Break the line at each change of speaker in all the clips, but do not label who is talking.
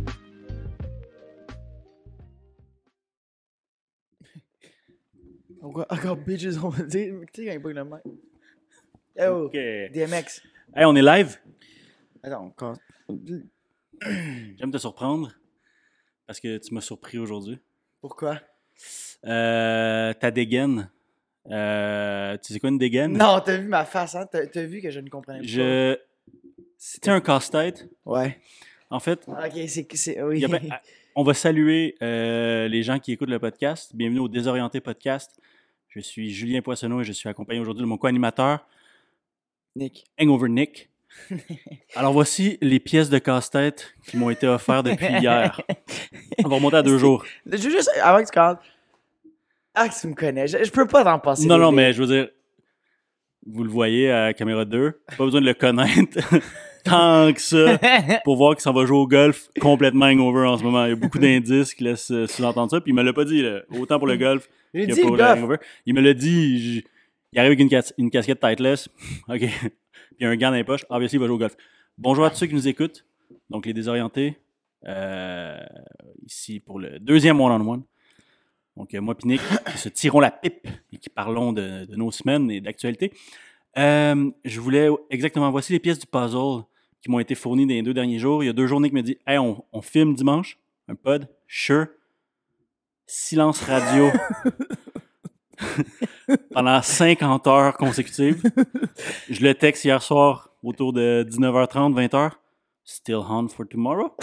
I got, I got bitches on. Tu sais, tu sais quand il bug le mic. Yo,
Ok. Hey,
DMX.
on est live.
Attends, quand...
J'aime te surprendre parce que tu m'as surpris aujourd'hui.
pourquoi?
Euh, ta dégaine. euh, tu sais quoi une dégaine?
Non, t'as vu ma face, hein? T'as t'as vu que je ne comprenais pas.
Je. C'était un casse-tête.
Ouais.
En fait,
Ok, c'est... c'est- Oui.
il y a ben- on va saluer euh, les gens qui écoutent le podcast. Bienvenue au Désorienté Podcast. Je suis Julien Poissonneau et je suis accompagné aujourd'hui de mon co-animateur,
Nick.
Hangover Nick. Alors voici les pièces de casse-tête qui m'ont été offertes depuis hier. On va remonter à deux jours.
Je veux juste... Avant que tu commences... Ah, que tu me connais. Je, je peux pas t'en passer.
Non,
des-
non,
des-
mais je veux dire, vous le voyez à caméra 2, pas besoin de le connaître tant que ça pour voir qu'il s'en va jouer au golf complètement hangover en ce moment. Il y a beaucoup d'indices qui laissent euh, sous-entendre ça, puis il me l'a pas dit, là. autant pour le golf
J'ai
que
dit
pour
le
le
golf.
hangover. Il me l'a dit, je- il arrive avec une, cas- une casquette titeless, ok, puis un gant dans les poches, obviously il va jouer au golf. Bonjour à tous ceux qui nous écoutent, donc les désorientés, euh, ici pour le deuxième one-on-one. Donc, euh, moi et Nick, qui se tirons la pipe et qui parlons de, de nos semaines et d'actualité. Euh, je voulais exactement, voici les pièces du puzzle qui m'ont été fournies dans les deux derniers jours. Il y a deux journées qui me dit Hey, on, on filme dimanche, un pod, sure. Silence radio pendant 50 heures consécutives. Je le texte hier soir autour de 19h30, 20h. Still on for tomorrow?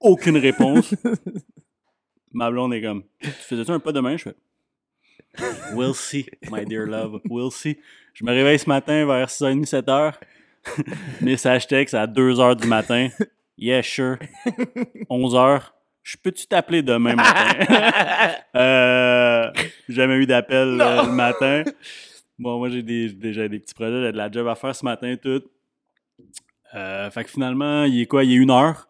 Aucune réponse. Ma blonde est comme, tu faisais-tu un pas demain? Je fais, we'll see, my dear love, we'll see. Je me réveille ce matin vers 6h30, 7h. Message texte à 2h du matin. Yeah, sure. 11h. Je peux-tu t'appeler demain matin? euh, jamais eu d'appel euh,
Non.
le matin. Bon, moi, j'ai des- déjà des petits projets, j'ai de la job à faire ce matin, tout. Euh, fait que finalement, il est quoi? Il est une heure.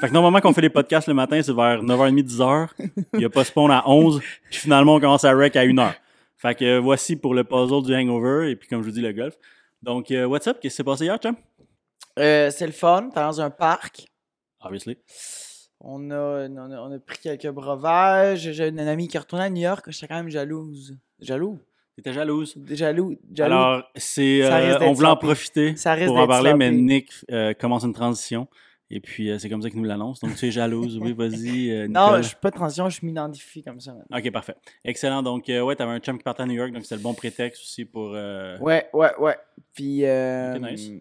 Fait que normalement, quand on fait les podcasts le matin, c'est vers 9h30, 10h. Il y a pas spawn à 11. Puis finalement, on commence à rec à 1h. Fait que euh, voici pour le puzzle du hangover. Et puis, comme je vous dis, le golf. Donc, euh, what's up? Qu'est-ce qui s'est passé hier, chum?
Euh, c'est le fun. T'es dans un parc.
Obviously.
On a, on, a, on a pris quelques breuvages. J'ai une amie qui est retournée à New York. J'étais quand même jalouse. Jaloux?
T'étais jalouse.
Jaloux. Jaloux.
Alors, c'est,
Ça risque
euh,
d'être
on voulait en
sloppy.
profiter
Ça risque
pour en
d'être
parler, mais
sloppy.
Nick euh, commence une transition. Et puis, euh, c'est comme ça qu'il nous l'annonce. Donc, tu es jalouse. Oui, vas-y. euh,
non,
Nicole.
je suis pas de transition. Je m'identifie comme ça. maintenant.
Ok, parfait. Excellent. Donc, euh, ouais, t'avais un chum qui partait à New York, donc c'était le bon prétexte aussi pour. euh,
Ouais, ouais, ouais. Puis. Euh,
Ok, nice.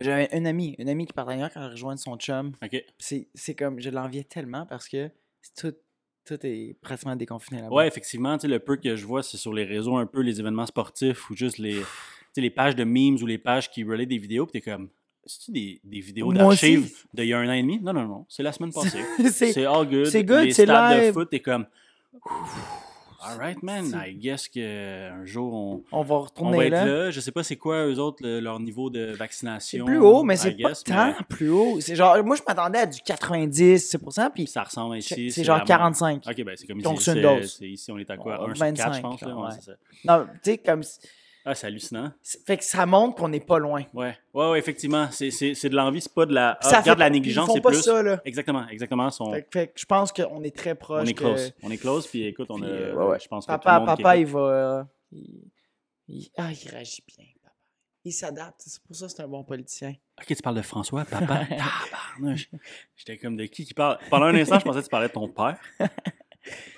J'avais une amie, une amie qui partait à New York, elle a rejoint son chum.
Ok.
Puis C'est c'est comme, je l'enviais tellement parce que c'est tout, tout est pratiquement déconfiné là-bas.
Ouais, effectivement, tu sais, le peu que je vois, c'est sur les réseaux un peu les événements sportifs ou juste les, tu sais, les pages de memes ou les pages qui relaient des vidéos. Puis t'es comme, c'est-tu des, des vidéos
Moi aussi.
d'archives d'il y a un an et demi? Non, non, non, c'est la semaine passée.
c'est
C'est all good.
c'est good,
Les
c'est
stades de
live.
foot, t'es comme, alright man,
c'est-
I guess qu'un jour on,
On va
on
retourner
va être
là.
là. Je sais pas c'est quoi eux autres le- leur niveau de
C'est
vaccination.
plus haut, mais
I
c'est pas
guess, mais
tant plus haut. C'est genre, moi je m'attendais à du 90%, puis
Ça ressemble ici.
c'est genre
la moindre-
45.
Ok, ben c'est comme
Donc,
ici.
c'est une
c'est-
dose.
c'est Ici, on est à quoi?
On-
1 sur 4, je
25,
pense. là,
genre,
ouais,
ouais.
c'est ça.
Non, tu sais, comme. c'est-
Ah, c'est hallucinant.
c'est- Fait que ça montre qu'on n'est pas loin.
Ouais, ouais, ouais, effectivement. C'est, c'est, c'est de l'envie, c'est pas de la.
ça
Ah, regarde
fait-
la négligence,
Ils
c'est
font pas
plus.
ça, là.
Exactement, exactement. Son...
Fait, que- fait que je pense qu'on est très
On
proche.
est
que
close. On est close, puis écoute, on
Puis,
a.
euh, ouais, ouais.
Je pense que
Papa,
tout le monde qui
papa,
écoute-
il va. euh, il- il- Ah, il réagit bien, papa. Il s'adapte. C'est pour ça que c'est un bon politicien.
Ok, tu parles de François, papa. Tabarnouche. J'étais comme de qui qui parle. Pendant un instant, je pensais que tu parlais de ton père.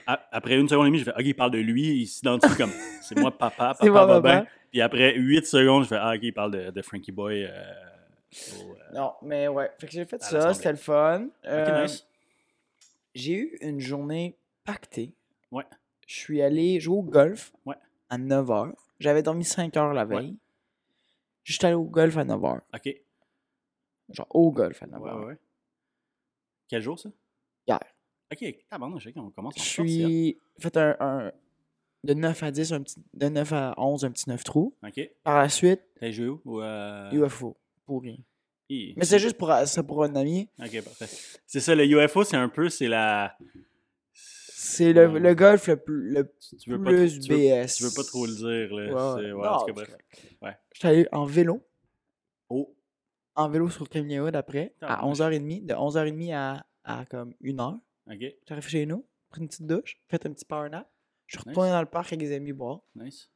A- Après une seconde et demie, je fais OK, il parle de lui, il s'identifie comme c'est moi, papa,
C'est moi,
papa, Bobin.
papa.
Puis après 8 secondes, je fais Ah, OK, il parle de, de Frankie Boy. euh, au, euh,
Non, mais ouais. Fait que j'ai fait
à
ça.
l'Assemblée.
C'était le fun.
OK,
Euh,
nice.
J'ai eu une journée pactée.
Ouais.
Je suis allé jouer au golf
Ouais.
à 9h. J'avais dormi 5 heures la
Ouais.
veille. Je suis allé au golf à 9h.
OK. Ouais,
Genre au golf à 9h.
ouais, ouais. Quel jour ça?
ah Hier.
OK, tabarnouche, OK, on commence.
Je
on commence, c'est hot.
suis fait un, un- de 9 à 10, un petit, de 9 à 11, un petit 9 trous.
OK.
Par la suite,
T'as joué où? Ou, euh,
UFO. Pourri.
hi.
Mais c'est juste pour, c'est pour un ami.
Ok, parfait. C'est ça, le UFO, c'est un peu, c'est la.
C'est le, le golf le plus, le
Tu- Tu veux, pas,
plus
tu,
BS.
veux, tu veux pas trop le dire, là.
Ouais, ouais.
C'est- ouais,
Non,
en tout cas,
c'est
bref. Ouais.
Je suis allé en vélo.
Oh,
En vélo sur Camille Hood après, à
Ah, ouais.
11h30. De 11h30 à, à comme 1h.
ok.
J'arrive chez nous, pris une petite douche, fait un petit power nap. Je suis retourné
Nice.
dans le parc avec des amis boire.
Nice.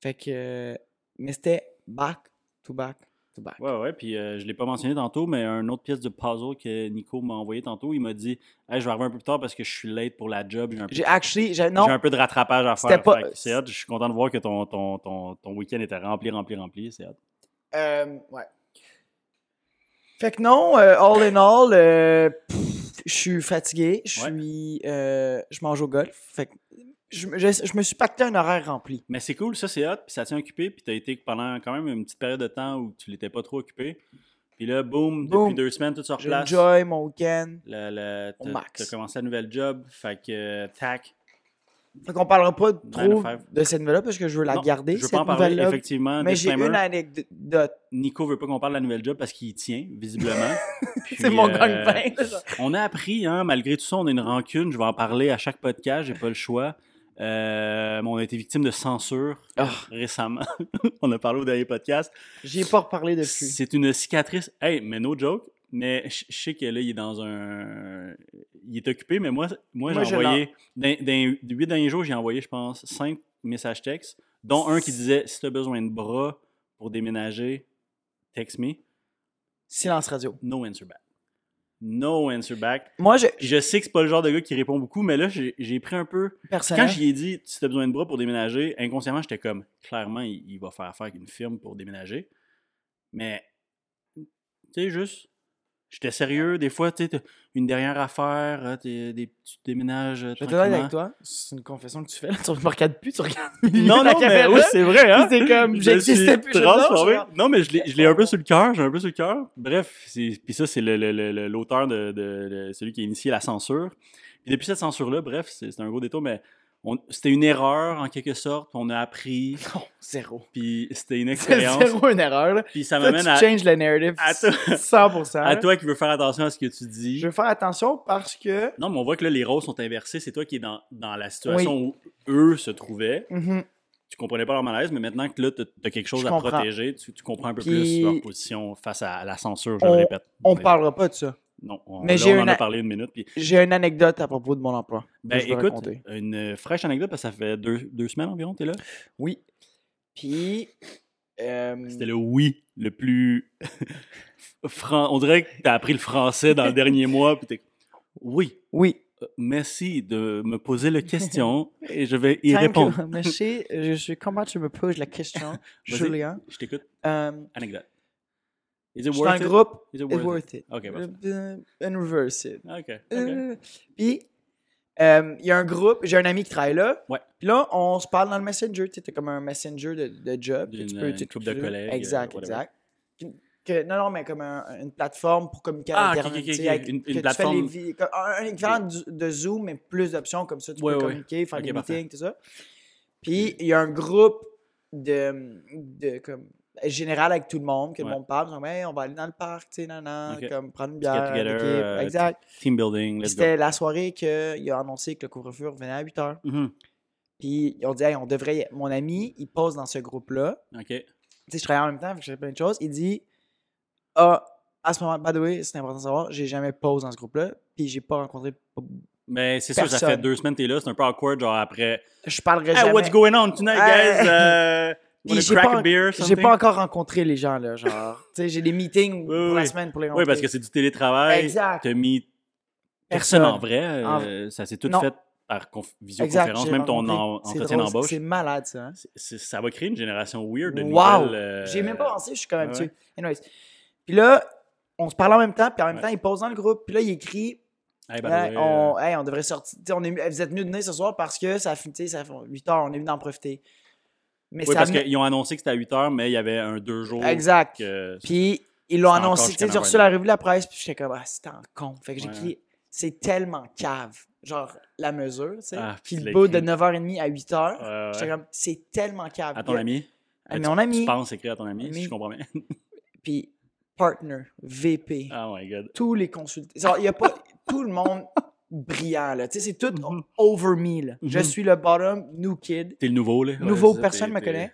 Fait que. euh, Mais c'était back to back to back.
Ouais, ouais. Puis euh, je l'ai pas mentionné tantôt, mais une autre pièce de puzzle que Nico m'a envoyé tantôt, il m'a dit Hey, je vais arriver un peu plus tard parce que je suis late pour la job. J'ai un peu,
J'ai actually. j'ai-
j'ai
Non,
un peu de rattrapage à
C'était
faire.
pas-
Fait que C'est hot. Je suis content de voir que ton, ton, ton, ton week-end était rempli, rempli, rempli. C'est hot.
Euh, ouais. Fait que non, euh, all in all, euh, pff, je suis fatigué, je
Ouais.
suis, euh, je mange au golf. Fait que je, me- je- je me suis pacté un horaire rempli.
Mais c'est cool, ça c'est hot, puis ça tient occupé, puis t'as été pendant quand même une petite période de temps où tu l'étais pas trop occupé. Puis là, boum,
Boum.
depuis deux semaines, tout sur place.
J'enjoy mon week-end.
Le, le-
Au
t'as-
max.
T'as commencé un nouvel job, fait que euh, tac.
Fait qu'on parlera pas
to
trop
five.
de cette nouvelle-là parce que je veux la
Non,
garder.
je veux
cette
pas en parler,
nouvelle-là.
effectivement.
Mais j'ai
disclaimer,
une anecdote.
Nico veut pas qu'on parle de la nouvelle job parce qu'il y tient, visiblement. Puis,
C'est mon
euh,
gang-pain. là, genre.
On a appris, hein, malgré tout ça, on a une rancune. Je vais en parler à chaque podcast, j'ai pas le choix. Euh, mais on a été victime de censure
Ah,
récemment. on a parlé au dernier podcast.
J'y ai pas reparlé depuis.
C'est une cicatrice. Hey, mais no joke. Mais je je sais que là, il est dans un. Il est occupé, mais moi, moi,
Moi,
j'ai
je l'en-
envoyé. Dans, dans les huit derniers jours, j'ai envoyé, je pense, cinq messages textes, dont un qui disait si tu as besoin de bras pour déménager, text me.
Silence radio.
No answer back. No answer back.
Moi, je,
Puis Je sais que c'est pas le genre de gars qui répond beaucoup, mais là, j'ai j'ai pris un peu. Quand
personnellement,
j'y ai dit si t'as besoin de bras pour déménager, inconsciemment, j'étais comme clairement, il, il va faire affaire avec une firme pour déménager. Mais tu sais, juste, j'étais sérieux. Des fois, tu sais, t'as une dernière affaire, euh, t'es- des, tu déménages. euh,
je vais te dire avec
tranquillement.
toi. C'est une confession que tu fais. Là, tu me regardes plus, tu regardes.
Non,
la
non, mais
caméra.
oui, c'est vrai, hein?
Puis c'est comme,
Je
j'existais
suis
plus, je- non,
transformé.
je suis
Non, mais je l'ai je l'ai un peu sur le cœur, j'ai un peu sur le cœur. Bref, c'est- puis ça, c'est le- le- le- le- l'auteur de, de- de- celui qui a initié la censure. Puis depuis cette censure-là, bref, c'est c'est un gros détour, mais on- c'était une erreur en quelque sorte. On a appris,
Non, zéro.
puis c'était une
C'est
expérience.
zéro une erreur. Là.
Puis ça
Toi,
m'amène
tu
à,
changes le narrative
à toi,
100%.
à
là.
toi qui veux faire attention à ce que tu dis.
Je vais faire attention parce que.
Non, mais on voit que là, les rôles sont inversés. C'est toi qui es dans, dans la situation où eux se trouvaient.
Mhm.
tu comprenais pas leur malaise, mais maintenant que là, tu as quelque chose
Je
à
comprends.
protéger, tu, tu comprends un peu
Puis-
plus leur position face à la censure, je le répète.
On
Mais-
parlera pas de ça.
Non, on,
Mais
là,
j'ai
on en
une
a
a-
parlé une minute. Puis,
J'ai une anecdote à propos de mon emploi.
ben,
je vais
écoute,
raconter. Euh.
une euh, fraîche anecdote, parce que ça fait deux, deux semaines environ, t'es là.
Oui. Puis. euh,
C'était le oui le plus. Fran... On dirait que t'as appris le français dans le dernier mois, puis t'es. Oui,
Oui.
euh, merci de me poser la question et je vais y
Thank you,
répondre.
Monsieur, je suis comment tu me poses la question,
Vas-y.
Julien.
Je t'écoute.
Euh,
Anecdote. Is
je
it
suis dans
worth
le
it?
groupe.
Is it
It's
worth it?
worth it.
Ok, parfait.
Euh, And reverse it.
Ok, ok.
Euh, Puis, euh, il y a un groupe, j'ai un ami qui travaille là.
Ouais.
Puis là, on se parle dans le messenger. Tu sais, t'as comme un messenger de, de job. que
D'une,
tu
euh,
peux, tu sais,
une couple de
tu-
collègues,
Exact,
euh, whatever.
exact. Que- non, non, mais comme un- une plateforme pour communiquer à
Ah, ok,
l'interne,
ok,
tu sais,
ok,
avec-
une- une
que tu fais
plateforme.
les vi- comme un, un équivalent du- de Zoom, mais plus d'options. Comme ça, tu
Ouais,
peux
ouais.
communiquer, faire
Ok,
des
parfait.
meetings, tout ça. Puis, il y a un groupe de, de comme, ben, général avec tout le monde, que
Ouais.
le monde parle. Ils sont comme, Hey, on va aller dans le parc, tu sais, nanan,
Ok.
comme prendre une bière. en
together,
équipe.
euh,
exact.
Team building,
Puis
let's go.
C'était la soirée qu'il a annoncé que le couvre-feu revenait à 8 heures.
Mhm.
Puis ils ont dit, Hey, on devrait. y- Mon ami, il pose dans ce groupe-là.
OK.
Tu sais, je travaillais en même temps, fait que je fais plein de choses. Il dit, ah, à ce moment, by the way, c'est important de savoir, j'ai jamais pose dans ce groupe-là. Puis j'ai pas rencontré.
Mais Ben, c'est sûr, ça
Personne.
fait deux semaines que t'es là, c'est un peu awkward, genre après.
Je parlerai
Hey,
jamais.
what's going on tonight,
Hey.
guys? Euh,
Puis
wanna
j'ai
crack
pas-
a beer, something?
J'ai pas encore rencontré les gens, là. Genre, tu sais, j'ai des meetings
Oui,
pour la
oui.
semaine pour les rencontrer.
Oui, parce que c'est du télétravail.
Exact.
T'as mis personne, en vrai.
En-
euh, Ça s'est tout
Non.
fait par conf-
Exact,
visioconférence,
j'ai
même ton
rencontré.
en-
C'est
entretien
drôle,
d'embauche.
C'est malade, ça. hein.
C'est- c'est- Ça va créer une génération weird de
Wow!
nouvelles, euh,
J'ai même pas pensé, je suis quand même
ouais,
dessus. Anyways. Puis là, on se parle en même temps, puis en même
Ouais.
temps, il pose dans le groupe, puis là, il écrit
Hey, by
Hey,
the way, euh,
on, hey, on devrait sortir. tu sais, On est, vous êtes venus dîner ce soir parce que ça fait, tu sais, ça fait 8 heures, on est venu d'en profiter. Mais
oui,
ça
parce
venait-
qu'ils ont annoncé que c'était à 8 h, mais il y avait un deux jours.
Exact.
que-
Puis ils l'ont
C'était encore
annoncé, tu sais, j'ai
Chicago
reçu la revue de la presse, puis j'étais comme, ah, c'est un con. Fait que j'ai
Ouais.
crié, c'est tellement cave. Genre, la mesure, tu sais.
Ah,
puis
tu
le
l'as
bout de
écrit.
9h30 à 8h.
Ouais, ouais.
J'étais comme, c'est tellement cave.
À ton
Puis,
ami.
À
Tu-
mon ami.
Tu penses écrire à ton ami, si
Ami.
je comprends bien.
Puis partner, VP.
Oh my god.
tous les consultants. Il n'y a pas tout le monde brillant, là. Tu sais, c'est tout over me, là. Je
Mhm.
suis le bottom, new kid.
T'es le nouveau, là. Ouais,
Nouveau,
c'est ça,
personne
t'es-
me
t'es-
connaît.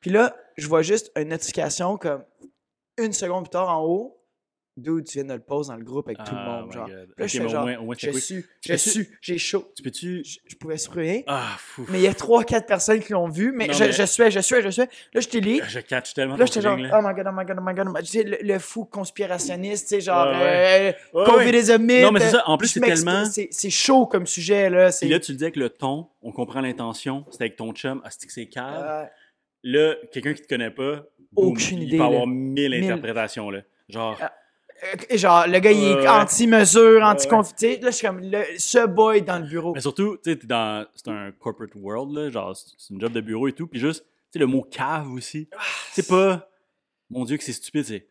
Puis là, je vois juste une notification comme une seconde plus tard en haut. dude, tu viens de le poser dans le groupe avec tout le
Ah,
monde.
my
Genre,
God.
Puis là,
Ok,
j'étais
mais au
genre,
moins- au moins,
j'ai
check, oui.
su, j'ai
Peux-tu-
su, j'ai chaud.
Tu peux-tu.
Je, je pouvais sourire.
Ah, fou.
Mais il y a 3-4 personnes qui l'ont vu, mais,
Non,
je,
mais-
je suis, je suis, je suis. Là, je t'ai lis.
Je catch tellement.
Là,
ton
j'étais genre,
feeling,
oh my god, oh my god, oh my god. oh my- Tu sais, le, le fou conspirationniste, tu sais, genre,
Ouais, ouais.
euh,
Ouais,
COVID
ouais.
is a myth.
Non, mais c'est ça. En plus,
Je
c'est
m'expl-
tellement-
C'est c'est chaud comme sujet, là.
Puis
C'est.
là, tu le dis avec le ton, on comprend l'intention. C'était avec ton chum, Astic, c'est calme.
Euh,
Là, quelqu'un qui te connaît pas,
Aucune
il
idée,
peut
là.
avoir mille
Mille.
interprétations. Là. Genre,
Ah, euh, genre, le gars, il est
Ouais, ouais.
anti-mesure,
ouais.
anti-confité. Là, je suis comme, le- ce boy dans le bureau.
mais surtout, tu sais, t'es dans. C'est un corporate world, là. Genre, c'est c'est une job de bureau et tout. Puis juste, tu sais, le mot cave aussi.
Ah,
C'est pas. Mon Dieu, que c'est stupide, c'est.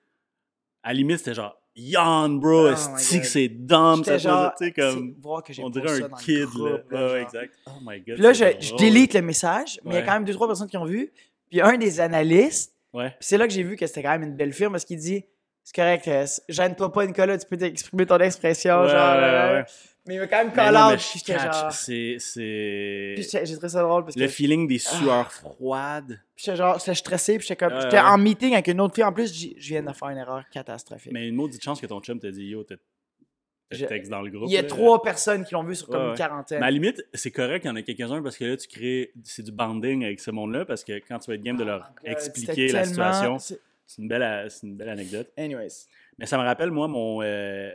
À la limite, c'était genre, Yann,
Oh
bro,
my
esti
God.
que c'est dumb,
J'étais
ça,
genre,
ça, tu sais, comme.
c'est- voir que j'ai
On
pas
dirait
ça
un
dans le
kid,
groupe,
là. Ouais, ouais,
genre.
exact. Oh my god.
Puis là, je,
c'est
je
drôle.
délite le message, mais il y a
Ouais.
quand même deux, trois personnes qui ont vu. Puis un des analystes,
Ouais.
puis c'est là que j'ai vu que c'était quand même une belle firme parce qu'il dit C'est correct, euh, gêne-toi pas, Nicolas, tu peux t'exprimer ton expression.
Ouais,
genre,
ouais,
euh,
ouais.
Mais il m'a quand même
Mais
call
non,
out.
mais
puis
je
j'étais genre-
catch.
puis
C'est.
Ah.
c'est-
J'ai j'ai trouvé ça drôle parce que
Le
puis
feeling des sueurs froides.
j'étais genre, j'étais stressé, puis j'étais comme,
Ouais,
j'étais
ouais.
en meeting avec une autre fille. En plus, j'ai- je viens de faire une erreur catastrophique.
Mais une maudite chance que ton chum t'a dit yo, t'as t'as
Je-
le texte dans le groupe.
il y a
là.
trois personnes qui l'ont vu sur comme
Ouais,
une
ouais.
quarantaine.
Mais à la limite, c'est correct, il y en a quelques-uns parce que là, tu crées. C'est du banding avec ce monde-là parce que quand tu vas être game de leur
Oh my God,
expliquer
c'était
la
tellement-
situation,
c'est-
c'est une, belle, c'est une belle anecdote.
Anyways.
Mais ça me rappelle, moi, mon. euh,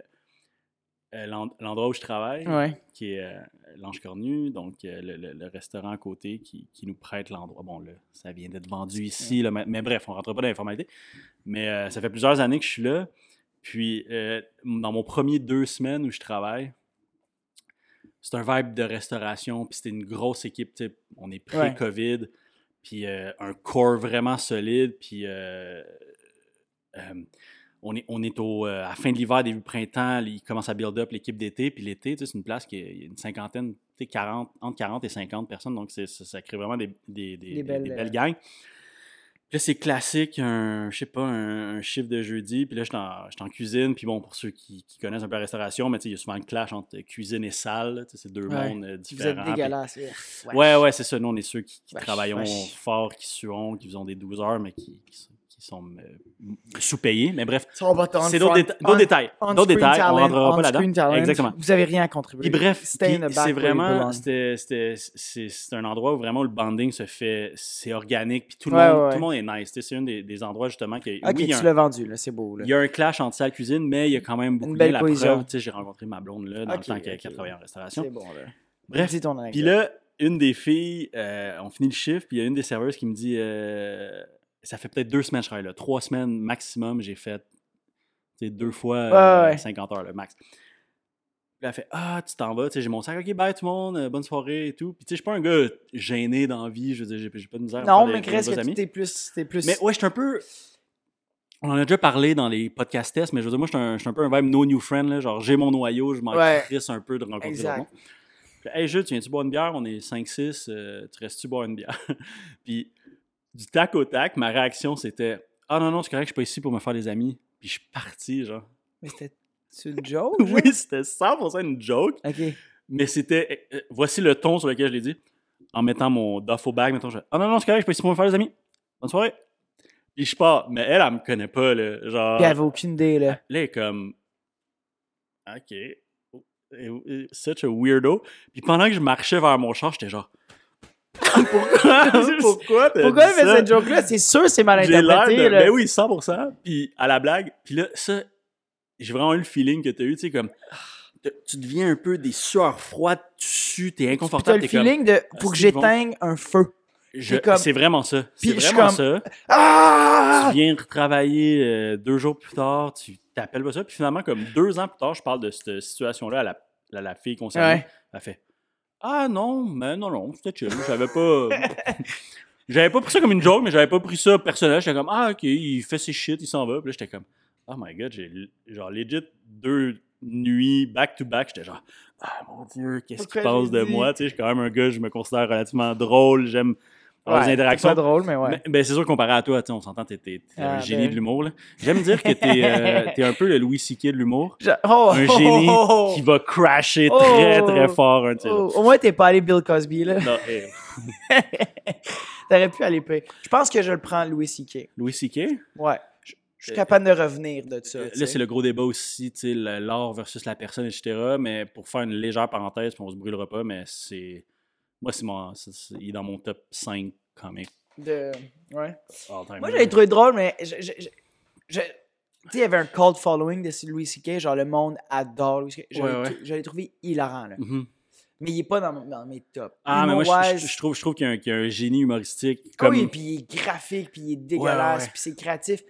euh, l'end- L'endroit où je travaille,
Ouais.
qui est euh, l'Ange Cornu, donc euh, le, le- le restaurant à côté qui, qui nous prête l'endroit. Bon, là, ça vient d'être vendu ici, là, mais, mais bref, on rentre pas dans les formalités. Mais euh, ça fait plusieurs années que je suis là. Puis, euh, dans mon premier deux semaines où je travaille, c'est un vibe de restauration, puis c'était une grosse équipe, tu sais, on est pré-COVID, puis euh, un corps vraiment solide, puis euh, euh, on est, on est au, euh, à la fin de l'hiver, début printemps, ils commencent à build up l'équipe d'été. Puis l'été, tu sais, c'est une place qui est- il y a une cinquantaine, tu sais, 40, entre 40 et 50 personnes. Donc, c'est- ça, ça crée vraiment des, des- des- des- des
belles,
belles,
euh,
gangs. Puis là, c'est classique, un, je sais pas, un, un chiffre de jeudi. Puis là, je suis en- je suis en cuisine. Puis bon, pour ceux qui, qui connaissent un peu la restauration, mais tu sais, il y a souvent le clash entre cuisine et salle. Tu sais, c'est deux
Ouais.
mondes euh,
Vous êtes
différents. puis-
dégueulasse.
Ouais, ouais, c'est ça. Nous, on est ceux qui, qui
Wesh,
travaillent
wesh.
fort, qui suons, qui faisons des 12 heures, mais qui, qui sont- qui sont euh, sous-payés. Mais bref, c'est d'autres déta- d'autres détails. D'autres détails, on rentrera pas là-dedans. Exactement.
Vous avez rien à contribuer.
Puis bref,
Stay in
puis
the back
c'est
where you
vraiment
belong.
c'était- c'était- c'est c'est un endroit où vraiment le banding se fait, c'est organique, puis tout le,
Ouais,
monde,
ouais,
tout le monde est nice. tu sais, C'est un des, des endroits justement qui
Ok,
oui, hein. il y a
tu
un-
l'as vendu, là, c'est beau. Là.
il y a un clash entre salle cuisine, mais il y a quand même beaucoup de
belle
liens. La
cohésion.
preuve, tu sais, j'ai rencontré ma blonde là, dans
Ok,
le temps qu'elle
ok.
qu'elle travaillait en restauration.
C'est bon, là.
Bref,
Dis ton
Puis
anecdote.
là, une des filles, euh, on finit le chiffre, puis il y a une des serveuses qui me dit euh, Ça fait peut-être deux semaines que je travaille là, trois semaines maximum, j'ai fait tu sais, deux fois euh,
Ouais, ouais.
50 heures, le max. Puis elle fait Ah, tu t'en vas, tu sais, j'ai mon sac, ok, bye tout le monde, euh, bonne soirée et tout. Puis tu sais, je suis pas un gars gêné dans la vie, je veux dire, j'ai- j'ai pas de misère. à me
non,
faire
mais
des- des
reste
bons
que tu
amis.
t'es plus. t'es plus...
Mais ouais, je suis un peu. On en a déjà parlé dans les podcasts tests, mais je veux dire, moi, je suis un, je suis un peu un vibe no new friend, là, genre j'ai mon noyau, je m'en
Ouais.
crisse un peu de rencontrer
Exact.
le monde. Puis, hey, Jules, tu viens-tu boire une bière? On est 5-6, euh, tu restes-tu boire une bière? Puis, du tac au tac, ma réaction, c'était Ah non, non, c'est correct, je suis pas ici pour me faire des amis. Puis, je suis parti, genre.
Mais c'était une joke?
Oui, c'était 100% une joke,
genre? Ok.
mais c'était. euh, euh, voici le ton sur lequel je l'ai dit. En mettant mon duffel bag, mettons, je. Ah non, non, c'est correct, je peux ici pour me faire des amis. Bonne soirée. Puis je pars. Mais elle, elle me connaît pas, là. Genre.
Puis elle avait aucune idée, là.
Là, elle est comme. Ok. Eh, Such a weirdo. Puis pendant que je marchais vers mon char, j'étais genre. Ah, Pourquoi? Pourquoi? t'as
Pourquoi
dit
elle fait
ça?
cette joke-là? C'est sûr, c'est mal
J'ai l'air
interprété,
de.
là.
Ben oui, 100%. Puis à la blague. Puis là, ça, j'ai vraiment eu le feeling que t'as eu, tu sais, comme. t- Tu deviens un peu des sueurs froides, tu sues, t'es
Puis t'as
inconfortable,
le
t'es comme.
feeling de. Faut
Ah,
que
c'est bon.
j'éteigne un feu.
je-
t'es comme-
C'est vraiment ça.
Puis
C'est
je suis
vraiment
comme-
ça.
Ah!
Tu viens retravailler euh, deux jours plus tard, tu t'appelles pas ça. Puis finalement, comme deux ans plus tard, je parle de cette situation-là à la, à la fille concernée.
Ouais.
Elle fait Ah non, mais non, non, c'était chill. J'avais pas. j'avais pas pris ça comme une joke, mais j'avais pas pris ça personnel. J'étais comme Ah, ok, il fait ses shit, il s'en va. Puis là, j'étais comme Oh my god, j'ai l- genre legit deux nuits back-to-back. J'étais genre Ah mon dieu, qu'est-ce
Pourquoi
qu'il pense
j'ai
de
dit?
moi? Tu sais, je suis quand même un gars, je me considère relativement drôle. J'aime avoir des
Ouais,
interactions.
C'est pas drôle, mais ouais.
Mais- ben, c'est sûr, comparé à toi, tu sais, on s'entend, t'es, t'es- t'es
Ah,
un génie
ben.
de l'humour. là. J'aime dire que t'es, euh, t'es un peu le Louis C.K. de l'humour.
Je- Oh,
Un
oh, oh,
génie
oh, oh.
qui va crasher très,
Oh.
très fort hein, un de ces jours.
Oh, Au moins, t'es pas allé Bill Cosby, là.
Non, euh, hey,
T'aurais pu aller pire. Je pense que je le prends Louis C.K.
Louis C.K.?
Ouais. Je, je je suis capable de revenir de ça.
Euh,
tu
Là,
sais.
c'est le gros débat aussi, tu sais, le- l'art versus la personne, etc. Mais pour faire une légère parenthèse, puis on se brûlera pas, mais c'est. Moi, c'est mon. c'est- c'est- il est dans mon top 5 comics.
De- ouais.
all time.
Moi, j'avais trouvé drôle, mais. je- je- je- je- Tu sais, il y avait un cold following de Louis C.K. Genre, le monde adore Louis C.K. J'avais
Ouais, ouais.
trou- j'avais trouvé hilarant, là.
Mhm.
Mais il est pas dans, mon- dans mes tops.
Ah, mais moi, je-
Humour-wise,
je, je trouve, je trouve qu'il y, a un- qu'il y a un génie humoristique.
Ah
Comme...
Oui, puis il est graphique, puis il est
Ouais,
dégueulasse,
ouais.
puis c'est créatif.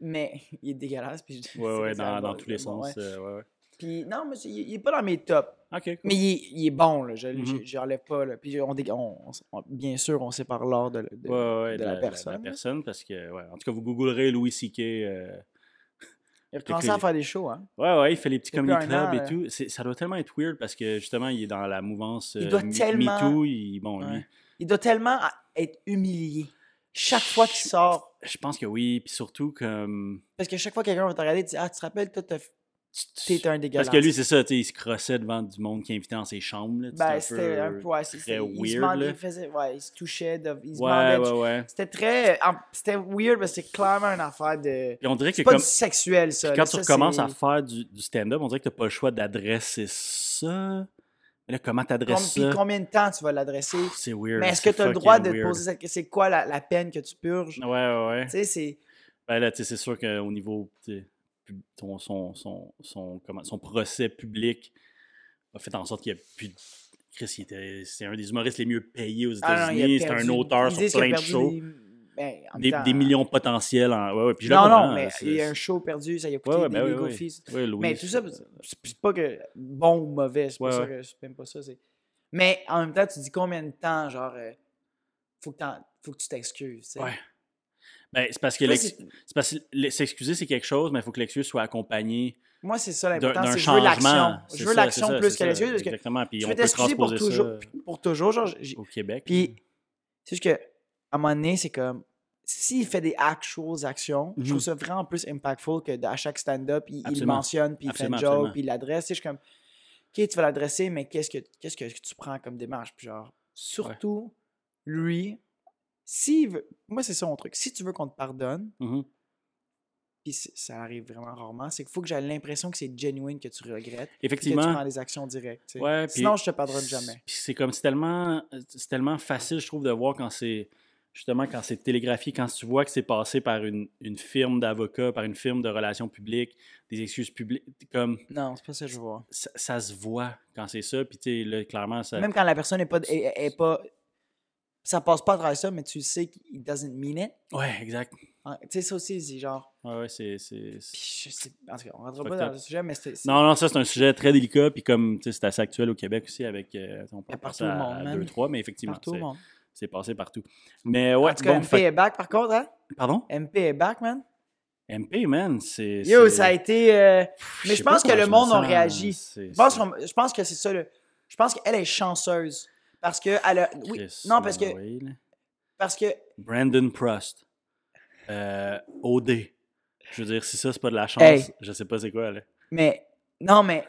Mais il est dégueulasse, puis je-
Ouais, ouais,
c'est-
dans,
c'est-
dans tous les
bon,
sens.
ouais.
euh, ouais, ouais.
Puis non, mais c'est- il, il est pas dans mes tops.
Ok, cool.
Mais il, est- il est bon, là. Je
Mhm.
je- je relève pas, là. Puis on, dé- on- on- bien sûr, on sépare l'art de, de-
Ouais, ouais, ouais,
de la personne,
De
là.
la personne, parce que, ouais. En tout cas, vous googlerez Louis C.K. euh,
Il a recommencé à
Écrit-
faire des shows, hein.
Ouais, ouais, il fait les petits
Depuis
comedy
un
clubs
an,
et
euh,
tout. C'est- Ça doit tellement être weird parce que justement, il est dans la mouvance
Il
euh,
doit
Me-
tellement-
Me Too, il- bon, lui,
Ouais. Il doit tellement à- être humilié chaque fois qu'il sort.
je pense que oui. Puis surtout, comme.
Parce que chaque fois que quelqu'un va te regarder, tu dis Ah, tu te rappelles, toi, t'as-
tu- tu-
t'es un dégueulasse.
Parce que lui, c'est ça, tu sais, il se crossait devant du monde qui invitait dans ses chambres. Là, tu sais, euh,
ben, c'était un peu. Ouais, c'est-
très
c'est- il, se
weird,
demandait-
là.
il faisait, ouais, il se touchait, de- il se
Ouais,
demandait
ouais, ouais.
C'était très. en- C'était weird parce que c'est clairement une affaire de.
Puis on dirait que
C'est pas
comme.
du sexuel, ça.
puis
là,
quand tu
ça,
recommences
c'est-
à faire du, du stand-up, on dirait que t'as pas le choix d'adresser ça. Mais là, comment
Com-
t'adresses
puis
ça?
combien de temps tu vas l'adresser?
Pff, C'est weird.
Mais est-ce que
c'est
tu as le droit de
fucking
te
weird.
poser cette question? C'est quoi la, la peine que tu purges?
Ouais, ouais, ouais.
Tu sais, c'est.
Ben là, tu sais, c'est sûr qu'au niveau, tu sais, pub- ton- son, son, son, comment- son procès public a fait en sorte qu'il n'y a plus de... Chris, il était- c'est un des humoristes les mieux payés aux
Ah non, il a
États-Unis. C'est
perdu-
un auteur
ils disent
sur
qu'il a
plein
perdu
de shows.
des- ben, en même
Des,
temps,
des millions potentiels. En... Ouais, ouais, puis je le
Non,
comprends,
non, mais
c'est-
il y a un show perdu, ça y a coûté des
ouais, ben oui,
legal
oui.
fees.
c'est- ouais, Louis,
Mais tout ça, c'est c'est pas que bon ou mauvais, c'est pas
Ouais,
ça
ouais.
que c'est même pas ça. c'est- Mais en même temps, tu dis combien de temps, genre, euh, faut, que t'en- faut que tu t'excuses. tu sais.
Ouais. Ben, c'est parce que
Moi,
l'ex-
c'est-
c'est parce que l- s'excuser, c'est quelque chose, mais il faut que l'excuse soit accompagnée
Moi, c'est ça
d'un
l'important,
d'un
c'est que je veux l'action.
changement.
Je
C'est
veux
ça,
l'action
c'est ça,
plus
c'est
que
ça,
l'excuse parce que
Exactement. Puis
tu
on
veux
peut
t'excuser pour
transposer
toujours,
ça
pour toujours. Genre, j'ai-
au Québec.
Puis, c'est juste que, à un moment donné, c'est comme, s'il fait des actuals actions, je
Mhm.
trouve ça vraiment plus impactful que de- à chaque stand-up, il, il le
Absolument.
mentionne, puis il
Absolument,
fait une joke,
absolument.
puis il l'adresse. Tu sais, Je suis comme, OK, tu vas l'adresser, mais qu'est-ce que, qu'est-ce que tu prends comme démarche? Puis genre, surtout, lui, s'il veut, moi, c'est ça mon truc. Si tu veux qu'on te pardonne,
Mhm.
puis c- ça arrive vraiment rarement, c'est qu'il faut que j'ai l'impression que c'est genuine que tu regrettes, puis que tu
Effectivement,
prends des actions directes. tu sais.
Ouais, puis-
Sinon, je te pardonne jamais.
Puis c'est comme c'est tellement, c'est tellement facile, je trouve, de voir quand c'est justement quand c'est télégraphié, quand tu vois que c'est passé par une, une firme d'avocats, par une firme de relations publiques, des excuses publiques, comme
Non, c'est pas ça que je vois.
ça, ça se voit quand c'est ça. Puis tu sais, là, clairement, ça.
Même quand la personne n'est pas, est, est- est pas. Ça passe pas à travers ça, mais tu sais qu'il doesn't mean it.
Ouais, exact.
Hein, Tu sais, ça aussi, c'est genre.
Ouais, ouais, c'est. c'est-
Puis
c'est-
Je sais, en tout cas, on rentre pas
Fucked
dans
up.
le sujet, mais c'est. c'est-
Non, non, ça c'est un sujet très délicat. Puis comme tu sais, c'est assez actuel au Québec aussi avec. euh, on peut
Mais partout
penser
au
à,
monde,
à
man.
deux, trois, mais effectivement,
Partout au
c'est-
monde.
c'est passé partout. Mais ouais,
en tout cas,
bon,
MP
fait-
est back par contre, hein?
pardon?
MP est back, man.
MP, man, c'est.
Yo,
c'est-
ça a été. euh,
Pff,
Mais
sais
je
pas
pense que
comment
le
me
monde a
sens,
réagi.
c'est-
Je pense,
c'est-
qu'on- je pense que c'est ça le. Je pense qu'elle est chanceuse. Parce que. Elle a, oui,
Chris,
non, parce que.
ben oui, là.
Parce que.
Brandon Prost. Euh, OD. Je veux dire, si ça, c'est pas de la chance,
Hey.
je sais pas c'est quoi, là.
Mais. Non, mais.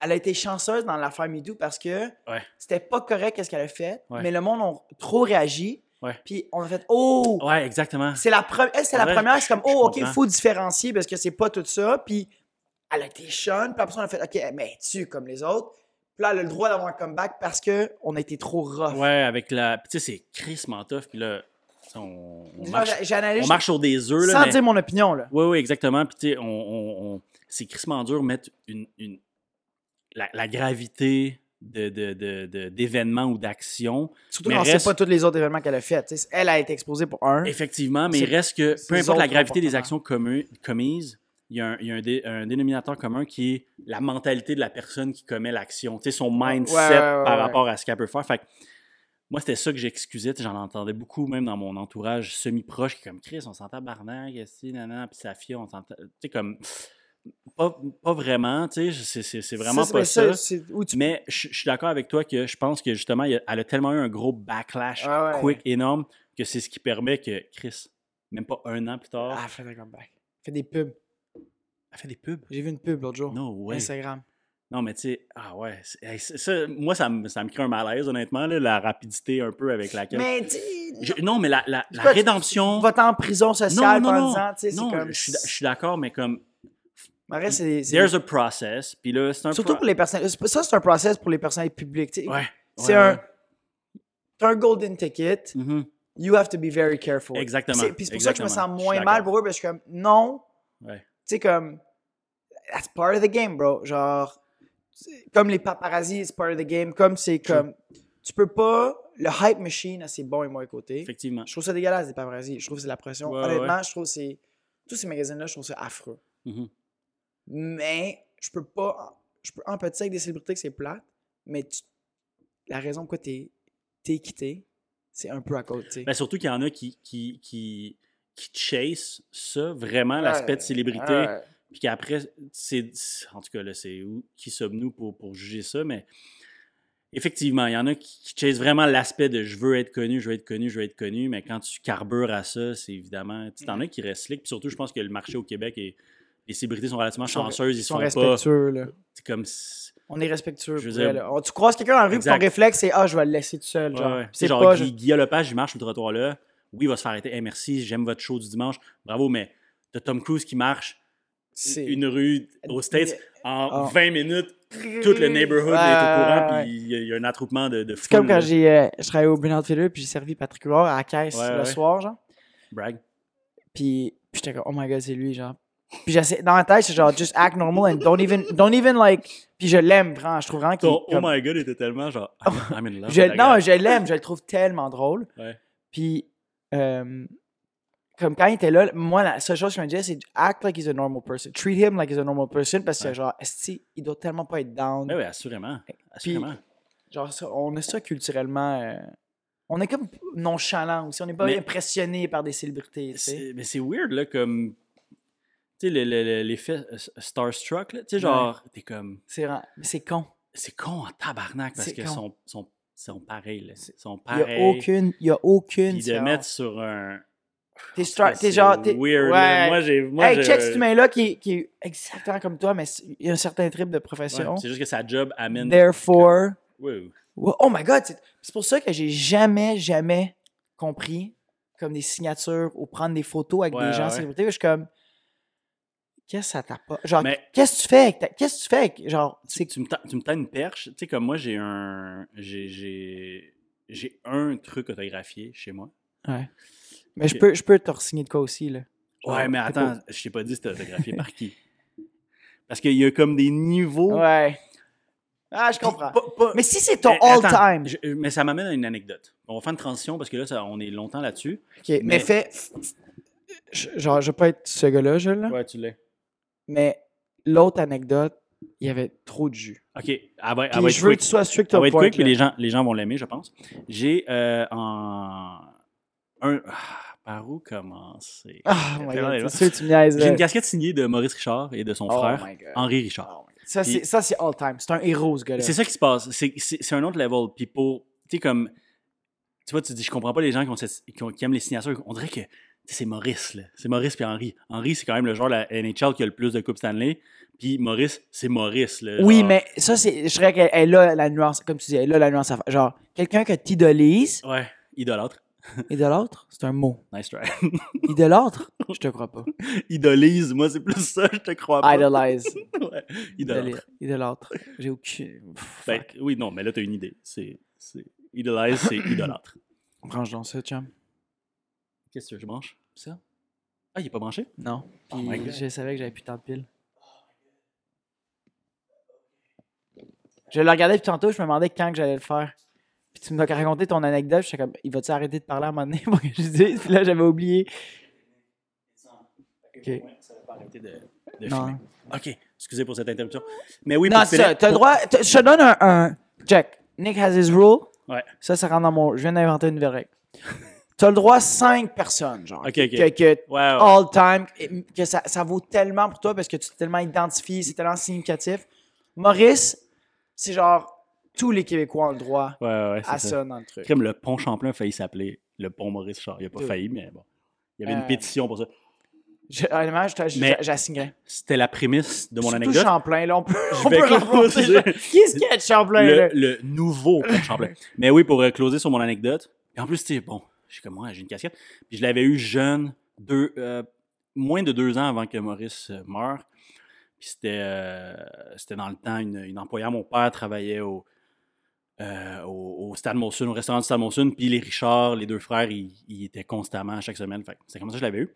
Elle a été chanceuse dans l'affaire MeToo parce que
Ouais.
c'était pas correct ce qu'elle a fait,
Ouais.
mais le monde a trop réagi.
Ouais.
Puis on a fait Oh!
Ouais, exactement.
C'est la première. Elle, c'est la
Ah Ouais,
première. C'est comme,
je
oh, OK, il
comprends.
faut différencier parce que c'est pas tout ça. Puis elle a été chonne. Puis après, ça, on a fait, OK, mais tu comme les autres. Puis là, elle a le droit d'avoir un comeback parce qu'on a été trop rough.
Ouais, avec la. Puis tu sais, c'est Chris Mantoff, puis là, tu sais, on, on
Genre,
marche,
j'a- J'analyse
on marche sur des œufs,
sans
là. Mais...
dire mon opinion, là.
Ouais, ouais, exactement. Puis tu sais, on, on- on- c'est Chris dur mettre une. une- La, la gravité de- de- de- de- d'événements ou d'actions
Surtout
Mais
qu'on sait
reste-
pas tous les autres événements qu'elle a fait. Tu sais, elle a été exposée pour un.
Effectivement, mais
C'est-
il reste que,
c'est
peu
les
importe la
autres
gravité des
comportements.
actions commu- commises, il y a, un, il y a un dé- un dénominateur commun qui est la mentalité de la personne qui commet l'action, tu sais, son mindset
Ouais, ouais, ouais,
par
ouais.
rapport à ce qu'elle peut faire. Fait que moi, c'était ça que j'excusais, tu sais, j'en entendais beaucoup, même dans mon entourage semi-proche, qui est comme Chris, on s'entend barnac, si, nanan, puis sa fille, on s'entend. Tu sais, comme. Pas, pas vraiment, tu sais, c'est- c'est c'est vraiment
Ça,
pas
mais
ça.
c'est où tu-
Mais je je suis d'accord avec toi que je pense que justement, il y a- elle a tellement eu un gros backlash
Ah ouais.
quick énorme que c'est ce qui permet que Chris, même pas un an plus
Ah,
tard,
elle fait un comeback. Elle fait des pubs.
elle fait des pubs.
J'ai vu une pub l'autre jour.
No way.
Instagram.
Non, mais tu sais, ah ouais, c'est- hey, c'est- ça, moi, ça, me- ça me crée un malaise, honnêtement, là, la rapidité un peu avec laquelle.
Mais tu
Je- non, mais la, la, la
pas-
rédemption.
vas en prison sociale
Non, non,
pendant
non.
10 ans, tu sais, c'est
non,
comme...
je suis d- je suis d'accord, mais comme.
Mais reste, c'est- c'est-
There's a process, puis là, c'est un.
Surtout
pro-
pour les personnes... Ça, c'est un process pour les personnes publiques, tu sais.
Ouais.
C'est
ouais,
un...
ouais.
T'as un golden ticket,
Mhm.
you have to be very careful.
Exactement,
C'est- Puis c'est pour ça que je me sens
exactement. Je
moins
suis
mal
d'accord.
pour eux, parce que je suis comme, non,
Ouais.
tu sais, comme, that's part of the game, bro. Genre, c'est- comme les paparazzi, it's part of the game. Comme c'est
True.
comme, tu peux pas, le hype machine a ses bons et mauvais côtés.
Effectivement.
Je trouve ça dégueulasse, des paparazzi. Je trouve que c'est la pression.
Ouais,
Honnêtement, je trouve que c'est, tous ces magazines-là, je trouve ça affreux.
Mhm.
Mais, je peux pas, je peux empathiser avec des célébrités que c'est plate, mais tu- la raison pourquoi t'es, t'es quitté, c'est un peu à cause, tu sais.
Ben, surtout qu'il y en a qui, qui, qui, qui chase ça, vraiment,
Ouais,
l'aspect de célébrité.
Ah, ouais.
Puis qu'après, c'est. En tout cas, là, c'est où qui sommes-nous pour, pour juger ça, mais effectivement, il y en a qui, qui chase vraiment l'aspect de je veux être connu, je veux être connu, je veux être connu, mais quand tu carbures à ça, c'est évidemment. Tu
Mm.
t'en as qui restent slick. Puis surtout, je pense que le marché au Québec et les célébrités sont relativement
sont-
chanceuses. Ils
Ils sont
sont, pas.
respectueux, là.
C'est comme. si-
On est respectueux.
Je veux
pour vrai,
dire-
là. Tu croises quelqu'un dans la rue, puis
Exact.
ton réflexe, c'est Ah, je vais le laisser tout seul.
Ouais,
Genre,
ouais.
c'est
genre,
pas.
Guy, Guilla Lepage, il marche sur le trottoir là. Oui, il va se faire arrêter. Hey, merci, j'aime votre show du dimanche. Bravo, mais t'as Tom Cruise qui marche
c'est-
une rue aux States en
Ah.
20 minutes. Tout le neighborhood
Ouais,
est au
ouais,
courant,
ouais.
puis il y, a- il y a un attroupement de, de
C'est comme
foule,
quand
là.
j'ai, euh, je travaillais au Brunel Fiddler, puis j'ai servi Patrick Huard à la caisse
Ouais,
le
ouais.
soir, genre.
Brag.
Puis, puis j'étais comme, oh my god, c'est lui, genre. Puis j'essaie, dans la tête, c'est genre, just act normal and don't even, don't even like. Puis je l'aime, vraiment. Je trouve vraiment qu'il.
Ton oh
comme-
my god était tellement genre I'm in love.
je,
with that
non,
guy.
je l'aime, je le trouve tellement drôle.
Ouais.
Puis, euh, comme quand il était là, moi, la seule chose que je me disais, c'est act like he's a normal person. Treat him like he's a normal person parce que,
Ouais.
genre, esti, il doit tellement pas être down.
Ouais, ouais, assurément. Assurément.
Genre, ça, on a ça culturellement. euh, on est comme nonchalant aussi. On n'est pas
Mais-
impressionné par des célébrités. tu sais.
C'est- mais c'est weird, là, comme. Tu sais, le- le- le- l'effet euh, starstruck, là. Tu sais, genre, t'es comme.
C'est vraiment- c'est con.
C'est con en tabarnak parce
C'est
que
con.
sont, sont, sont pareils, là. Sont
Il n'y a
pareils.
aucune. Il y a aucune.
Puis de
différence.
mettre sur un.
T'es
En tout cas,
stra- t'es
c'est
genre. t'es-
Weird. là.
ouais.
Moi, j'ai. moi,
Hey,
je-
check cet humain-là qui, qui est exactement comme toi, mais il y a un certain trip de
Ouais,
profession.
C'est juste que sa job amène.
Therefore.
Wow.
Wow, Oh my god, c'est c'est pour ça que j'ai jamais, jamais compris comme des signatures ou prendre des photos avec
Ouais,
des gens
ouais.
célébrités. Je suis comme, qu'est-ce que ça t'a pas. Genre,
Mais-
qu'est-ce que tu fais avec ta- Qu'est-ce que tu fais avec. Genre, c'est
Tu me tends- tu me tends une perche. Tu sais, comme moi, j'ai un. J'ai. J'ai j'ai un truc autographié chez moi.
Mais je peux, je peux te re-signer de quoi aussi, là. Genre,
ouais, mais
t'es
attends, je t'ai pas dit c'était autographié par qui. Parce qu'il y a comme des niveaux.
pas- Ouais. Ah, je
Oh. Puis
comprends.
pas- pas-
Mais si c'est ton
Eh, attends,
all-time.
je- mais ça m'amène à une anecdote. On va faire une transition parce que là, ça- on est longtemps là-dessus.
Ok, mais,
mais-
fais. je- Genre, je vais pas être ce gars-là, je là.
Ouais, tu l'es.
Mais l'autre anecdote, il y avait trop de jus.
OK. Elle va, elle
Puis
va être
je veux
quick.
que tu sois strict
Ça
au
va être
point.
quick, puis les gens, les gens vont l'aimer, je pense. J'ai euh, en... un... ah, par où commencer?
Ah,
Il y a
my
tellement
god,
des
c'est sûr que tu me niaises,
J'ai
là.
une casquette signée de Maurice Richard et de son
Oh
frère,
my God.
Henri Richard.
Oh my God. Ça,
Puis-
c'est, ça, c'est all time. C'est un héros, ce gars-là.
C'est ça qui se passe. C'est- C'est c'est un autre level. Puis pour, tu sais, comme, tu vois, tu dis, je comprends pas les gens qui, ont cette- qui ont- qui aiment les signatures. On dirait que tu sais, c'est Maurice, là. C'est Maurice puis Henri. Henri, c'est quand même le joueur de la NHL qui a le plus de Coupe Stanley. Puis Maurice, c'est Maurice, là.
Oui,
genre.
mais ça, c'est, je dirais qu'elle elle a la nuance, comme tu dis, elle a la nuance. à faire. Genre, quelqu'un que t'idolises,
Ouais, idolâtre.
et de l'autre, c'est un mot.
Nice try.
Idolâtre, je te crois pas.
Idolise, moi, c'est plus ça, je te crois pas.
Idolize.
Ouais, idolâtre.
Idolâtre. J'ai aucune. Pff,
Ben,
fuck.
oui, non, mais là, t'as une idée. C'est, c'est... Idolize, c'est idolâtre.
Branche donc ça, chum.
Qu'est-ce que je branche? Ça? Ah, il est pas branché?
Non.
Oh my
Puis
God.
je savais que j'avais plus tant de piles. Je le regardais depuis tantôt, je me demandais quand que j'allais le faire. Puis tu m'as raconté ton anecdote, je suis comme, il va-tu arrêter de parler à un moment donné pour que je dise? Puis là, j'avais oublié. Ok.
Ça va pas arrêter de, de
Non.
filmer. OK, excusez pour cette interruption. Mais oui,
non,
pour
c'est
Philippe-
ça, t'as le
pour-
droit. t'as- Je te donne un, un- Jack, Nick has his rule.
Ouais.
Ça, ça rentre dans mon. Je viens d'inventer une nouvelle règle. T'as le droit à 5 personnes, genre.
OK,
Que,
OK.
que
Ouais, Ah ouais.
all time, et que ça, ça vaut tellement pour toi parce que tu t'es tellement identifié, c'est tellement significatif. Maurice, c'est genre tous les Québécois ont le droit
Ouais, ouais, ouais, c'est
à Oh,
ça.
ah, ça dans le truc.
Crème, le pont Champlain a failli s'appeler le pont Maurice Richard. Il a pas
Dude.
failli, mais bon. Il y avait
Euh,
une pétition pour ça.
Je- honnêtement, je- je-
Mais-
j'assignerais.
C'était la prémisse de mon
Surtout
anecdote.
Champlain, là, on peut, on
vais
peut
closer.
raconter ça. Qui est-ce qui est Champlain, là?
Le, le nouveau Père Champlain. Mais oui, pour euh, closer sur mon anecdote. Et en plus, tu sais, bon, je suis comme moi, j'ai une casquette. Puis je l'avais eu jeune, deux, euh, moins de deux ans avant que Maurice euh, meure. Puis c'était, euh, c'était dans le temps, une, une employée à mon père travaillait au, euh, au, au Stade Molson, au restaurant du Stade Molson. Puis les Richards, les deux frères, ils, ils étaient constamment chaque semaine. Fait que c'est comme ça que je l'avais eu.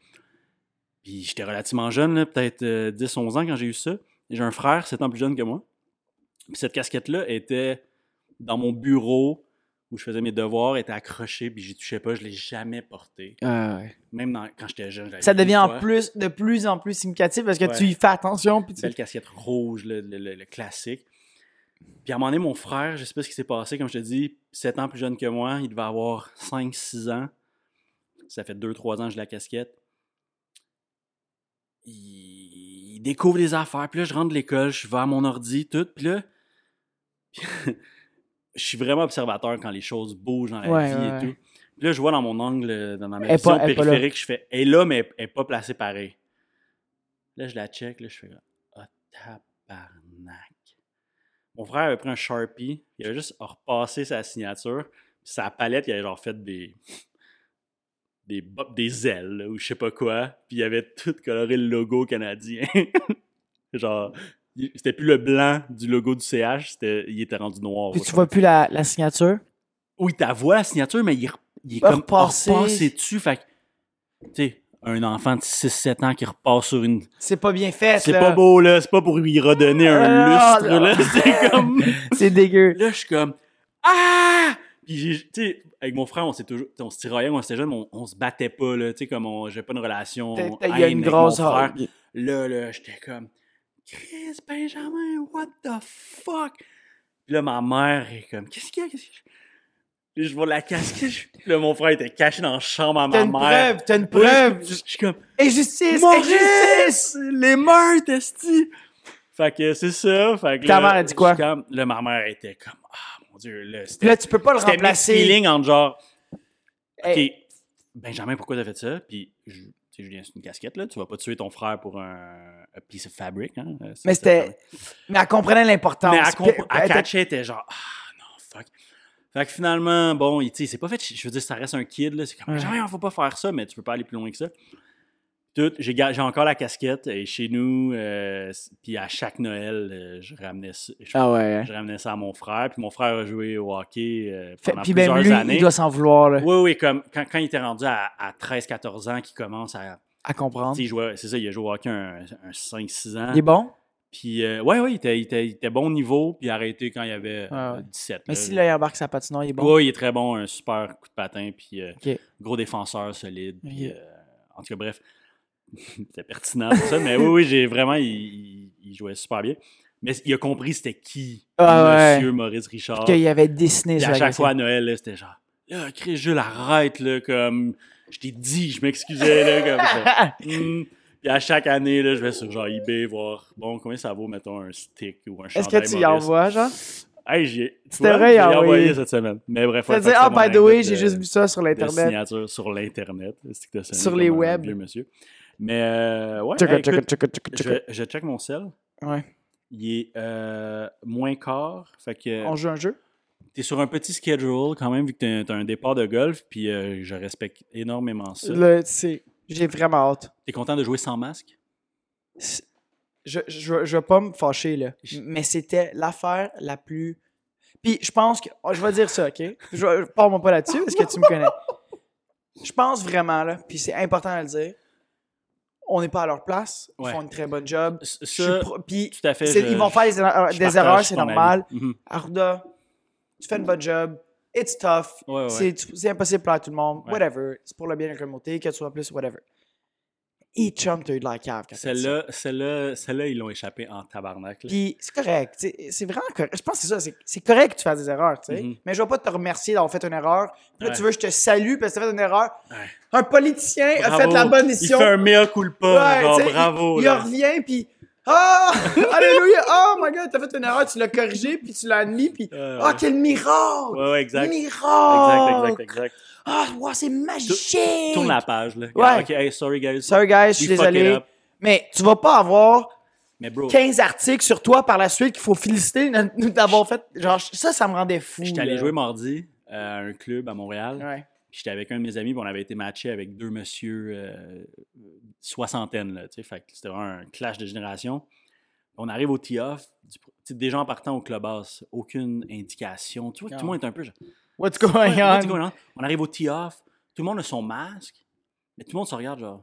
Puis j'étais relativement jeune, là, peut-être 10-11 ans quand j'ai eu ça. J'ai un frère, 7 ans plus jeune que moi. Puis cette casquette-là était dans mon bureau où je faisais mes devoirs, était accrochée, puis j'y touchais pas, je l'ai jamais portée. Même dans- quand j'étais jeune, je l'avais
Ça
une
devient en
fois.
plus, de plus en plus significatif parce que
Ouais.
tu y fais attention. Puis
Une
tu-
belle casquette rouge, le, le- le- le classique. Puis à un moment donné, mon frère, je sais pas ce qui s'est passé, comme je te dis, 7 ans plus jeune que moi, il devait avoir 5-6 ans. Ça fait 2-3 ans que j'ai la casquette. Il, il découvre des affaires. Puis là, je rentre de l'école, je vais à mon ordi, tout. Puis là, je suis vraiment observateur quand les choses bougent dans la
Ouais,
vie
ouais,
et
ouais.
tout. Puis là, je vois dans mon angle, euh, dans ma
Elle est pas-
vision
elle est pas là.
périphérique, je fais « Elle est là, mais elle est pas placée pareil. » Là, je la check, là, je fais « Ah, tabarnak! » Mon frère avait pris un Sharpie, il avait juste repassé sa signature, puis sa palette, il avait genre fait des... des, bo- des ailes, là, ou je sais pas quoi, puis il avait tout coloré le logo canadien. genre, il- c'était plus le blanc du logo du CH, c'était, il était rendu noir.
Puis
ou
tu vois plus la, la signature.
oui, ta voix, la signature, mais il, re- il est
Va
comme
repasser.
repassé dessus. Fait que, tu sais, un enfant de 6-7 ans qui repasse sur une.
C'est pas bien fait.
C'est
là.
pas beau, là. C'est pas pour lui redonner un
Ah,
lustre,
non.
là. C'est comme.
C'est dégueu.
Là, je suis comme. Ah! Puis, j'ai- tu sais, avec mon frère, on s'est toujours. tu sais, On se tiraillait quand on était jeune, mais on, on se battait pas, là. Tu sais, comme on- j'avais pas une relation.
T'as-
haine
t'as- Il y a une
avec
grosse
mon frère.
heure.
Là, là, j'étais comme Chris Benjamin, what the fuck? Puis là, ma mère est comme Qu'est-ce qu'il y a? Qu'est-ce qu'il y a? Puis je vois la casquette. je- Puis là, mon frère était caché dans la chambre à
T'as
ma
une
mère.
preuve, t'as une
Ouais,
preuve.
Je je suis comme
Injustice, injustice.
Maurice! Les meurtres, esti! Fait que c'est ça. Fait que
Ta
là,
mère a dit quoi?
je suis comme- Là, ma mère était comme Ah mon dieu, là,
Puis
c'était.
là, tu peux pas le
C'était mixed
remplacer. Eh.
feeling entre genre OK,
Hey,
Benjamin, pourquoi t'as fait ça? Puis, je, tu sais, Julien, c'est une casquette, là. Tu vas pas tuer ton frère pour un a piece of fabric, hein? euh, c'est-
Mais c'était. Mais elle comprenait l'importance.
Mais à,
Puis-
comp- à
elle était-
catcher, t'es genre, ah, non, fuck. Fait que finalement, bon, il, tu sais, il s'est pas fait. chi- Je veux dire, ça reste un kid, là. C'est comme,
Ouais.
Benjamin, faut pas faire ça, mais tu peux pas aller plus loin que ça. Tout, j'ai, ga- j'ai encore la casquette, et chez nous, euh, c- puis à chaque Noël, euh, je ramenais ça. Je,
Ah ouais.
je ramenais ça à mon frère, puis mon frère a joué au hockey euh,
Fait-
pendant
Puis
plusieurs
même lui,
années.
il doit s'en vouloir là,
Oui, oui, comme quand, quand il était rendu à, à 13-14 ans, qu'il commence à.
à
tu
comprendre.
sais, il jouait- C'est ça, il a joué au hockey un, un 5-6 ans.
Il est bon?
Puis, euh, ouais, ouais, il était, il, était, il était bon niveau, puis il a arrêté quand il avait euh,
Ah ouais.
17.
Mais
là.
s'il là, il embarque sa patinoire, il est bon.
Ouais, il est très bon, un super coup de patin, puis euh,
Ok.
gros défenseur solide. puis,
Ok.
euh, en tout cas, bref, c'était pertinent pour ça, mais oui, oui, j'ai vraiment, il, il- il jouait super bien. Mais il a compris c'était qui,
Ah
Monsieur Maurice Richard.
Qu'il avait dessiné
Puis
sur
à
la
chaque
glacière.
fois à Noël, là, c'était genre, là, Chris, Jules, arrête, là, comme, je t'ai dit, je m'excusais, là, comme, hmm. Puis à chaque année, là, je vais sur genre eBay voir, bon, combien ça vaut, mettons, un stick ou un
Est-ce
chandail
que tu y
Maurice.
envoies, genre?
Hey, j'ai.
Tu devrais y envoyer.
envoyé cette semaine. Mais bref,
Tu vas
ouais, fait
dire,
que
ah,
c'est mon
by the way,
anecdote
j'ai
de-
juste vu ça sur
de
l'Internet.
signature sur l'Internet. C'est que t'as sonné
Sur
comme
les
un
web.
vieux monsieur. Mais, euh, ouais.
Tchaka,
hey,
tchaka,
écoute,
tchaka, tchaka, tchaka.
je, euh, je check mon sel.
Ouais.
Il est euh, moins quart. Fait que.
On joue un jeu?
T'es sur un petit schedule quand même, vu que t'as- t'as un départ de golf, puis euh, je respecte énormément ça.
Le- c'est- J'ai vraiment hâte.
T'es content de jouer sans masque?
C'est- Je, je, je vais pas me fâcher, là.
Je-
Mais c'était l'affaire la plus. Puis je pense que. oh, je vais dire ça, OK? Je, vais- parle-moi pas là-dessus parce que tu me connais. Je pense vraiment, là, puis c'est important à le dire. On n'est pas à leur place. Ils
Ouais.
font une très bonne job.
Ça,
Je suis pro- Puis
tout à fait.
c'est-
je-
ils vont faire des, erreurs-
je
des
partage
erreurs, c'est
ton
normal.
avis. Mhm.
Arruda, tu fais une bonne job. It's tough.
Ouais, ouais.
C'est- tu- C'est impossible pour tout le monde.
Ouais.
Whatever. C'est pour le bien de la communauté, que tu sois plus, whatever. Et Chum, t'as eu de la cave. quand t'as dit ça.
Celle-là, celle-là, celle-là, ils l'ont échappé en tabarnak. là.
Puis c'est correct. tu sais, C'est vraiment correct. Je pense que c'est ça. c'est- C'est correct que tu fasses des erreurs, tu sais.
Mhm.
Mais je vais pas te remercier d'avoir fait une erreur. Là,
Ouais.
tu veux que je te salue parce que tu as fait une erreur.
Ouais.
Un politicien a
Bravo.
fait la bonne
Il
décision.
fait un mea culpa.
Ouais,
genre,
tu sais,
bravo.
Il, il
là.
revient, puis Ah! Alléluia! Oh my god, t'as fait une erreur, tu l'as corrigé, puis tu l'as admis, puis.
Euh,
Ah, quel miracle!
ouais, ouais, exact. Exact,
Miracle!
exact, exact.
Ah, wow, c'est magique!
Tourne la page, là. Regarde,
Ouais.
Ok, hey, sorry, guys.
Sorry, guys, je
We
suis
fuck it
désolé.
up.
Mais tu vas pas avoir
Mais bro,
15 articles sur toi par la suite qu'il faut féliciter de nous d'avoir fait. Genre, ça, ça me rendait fou.
j'étais allé
là.
jouer mardi à un club à Montréal.
Ouais.
Puis j'étais avec un de mes amis, puis on avait été matché avec deux messieurs euh, soixantaine, là, tu sais. Fait que c'était vraiment un clash de génération. On arrive au tee-off, du- tu sais, déjà en partant au clubhouse, aucune indication. Tu vois que tout le
Non.
monde est un peu... genre,
What's going
Ouais, what's
on?
going on? On arrive au tee-off, tout le monde a son masque, mais tout le monde se regarde genre...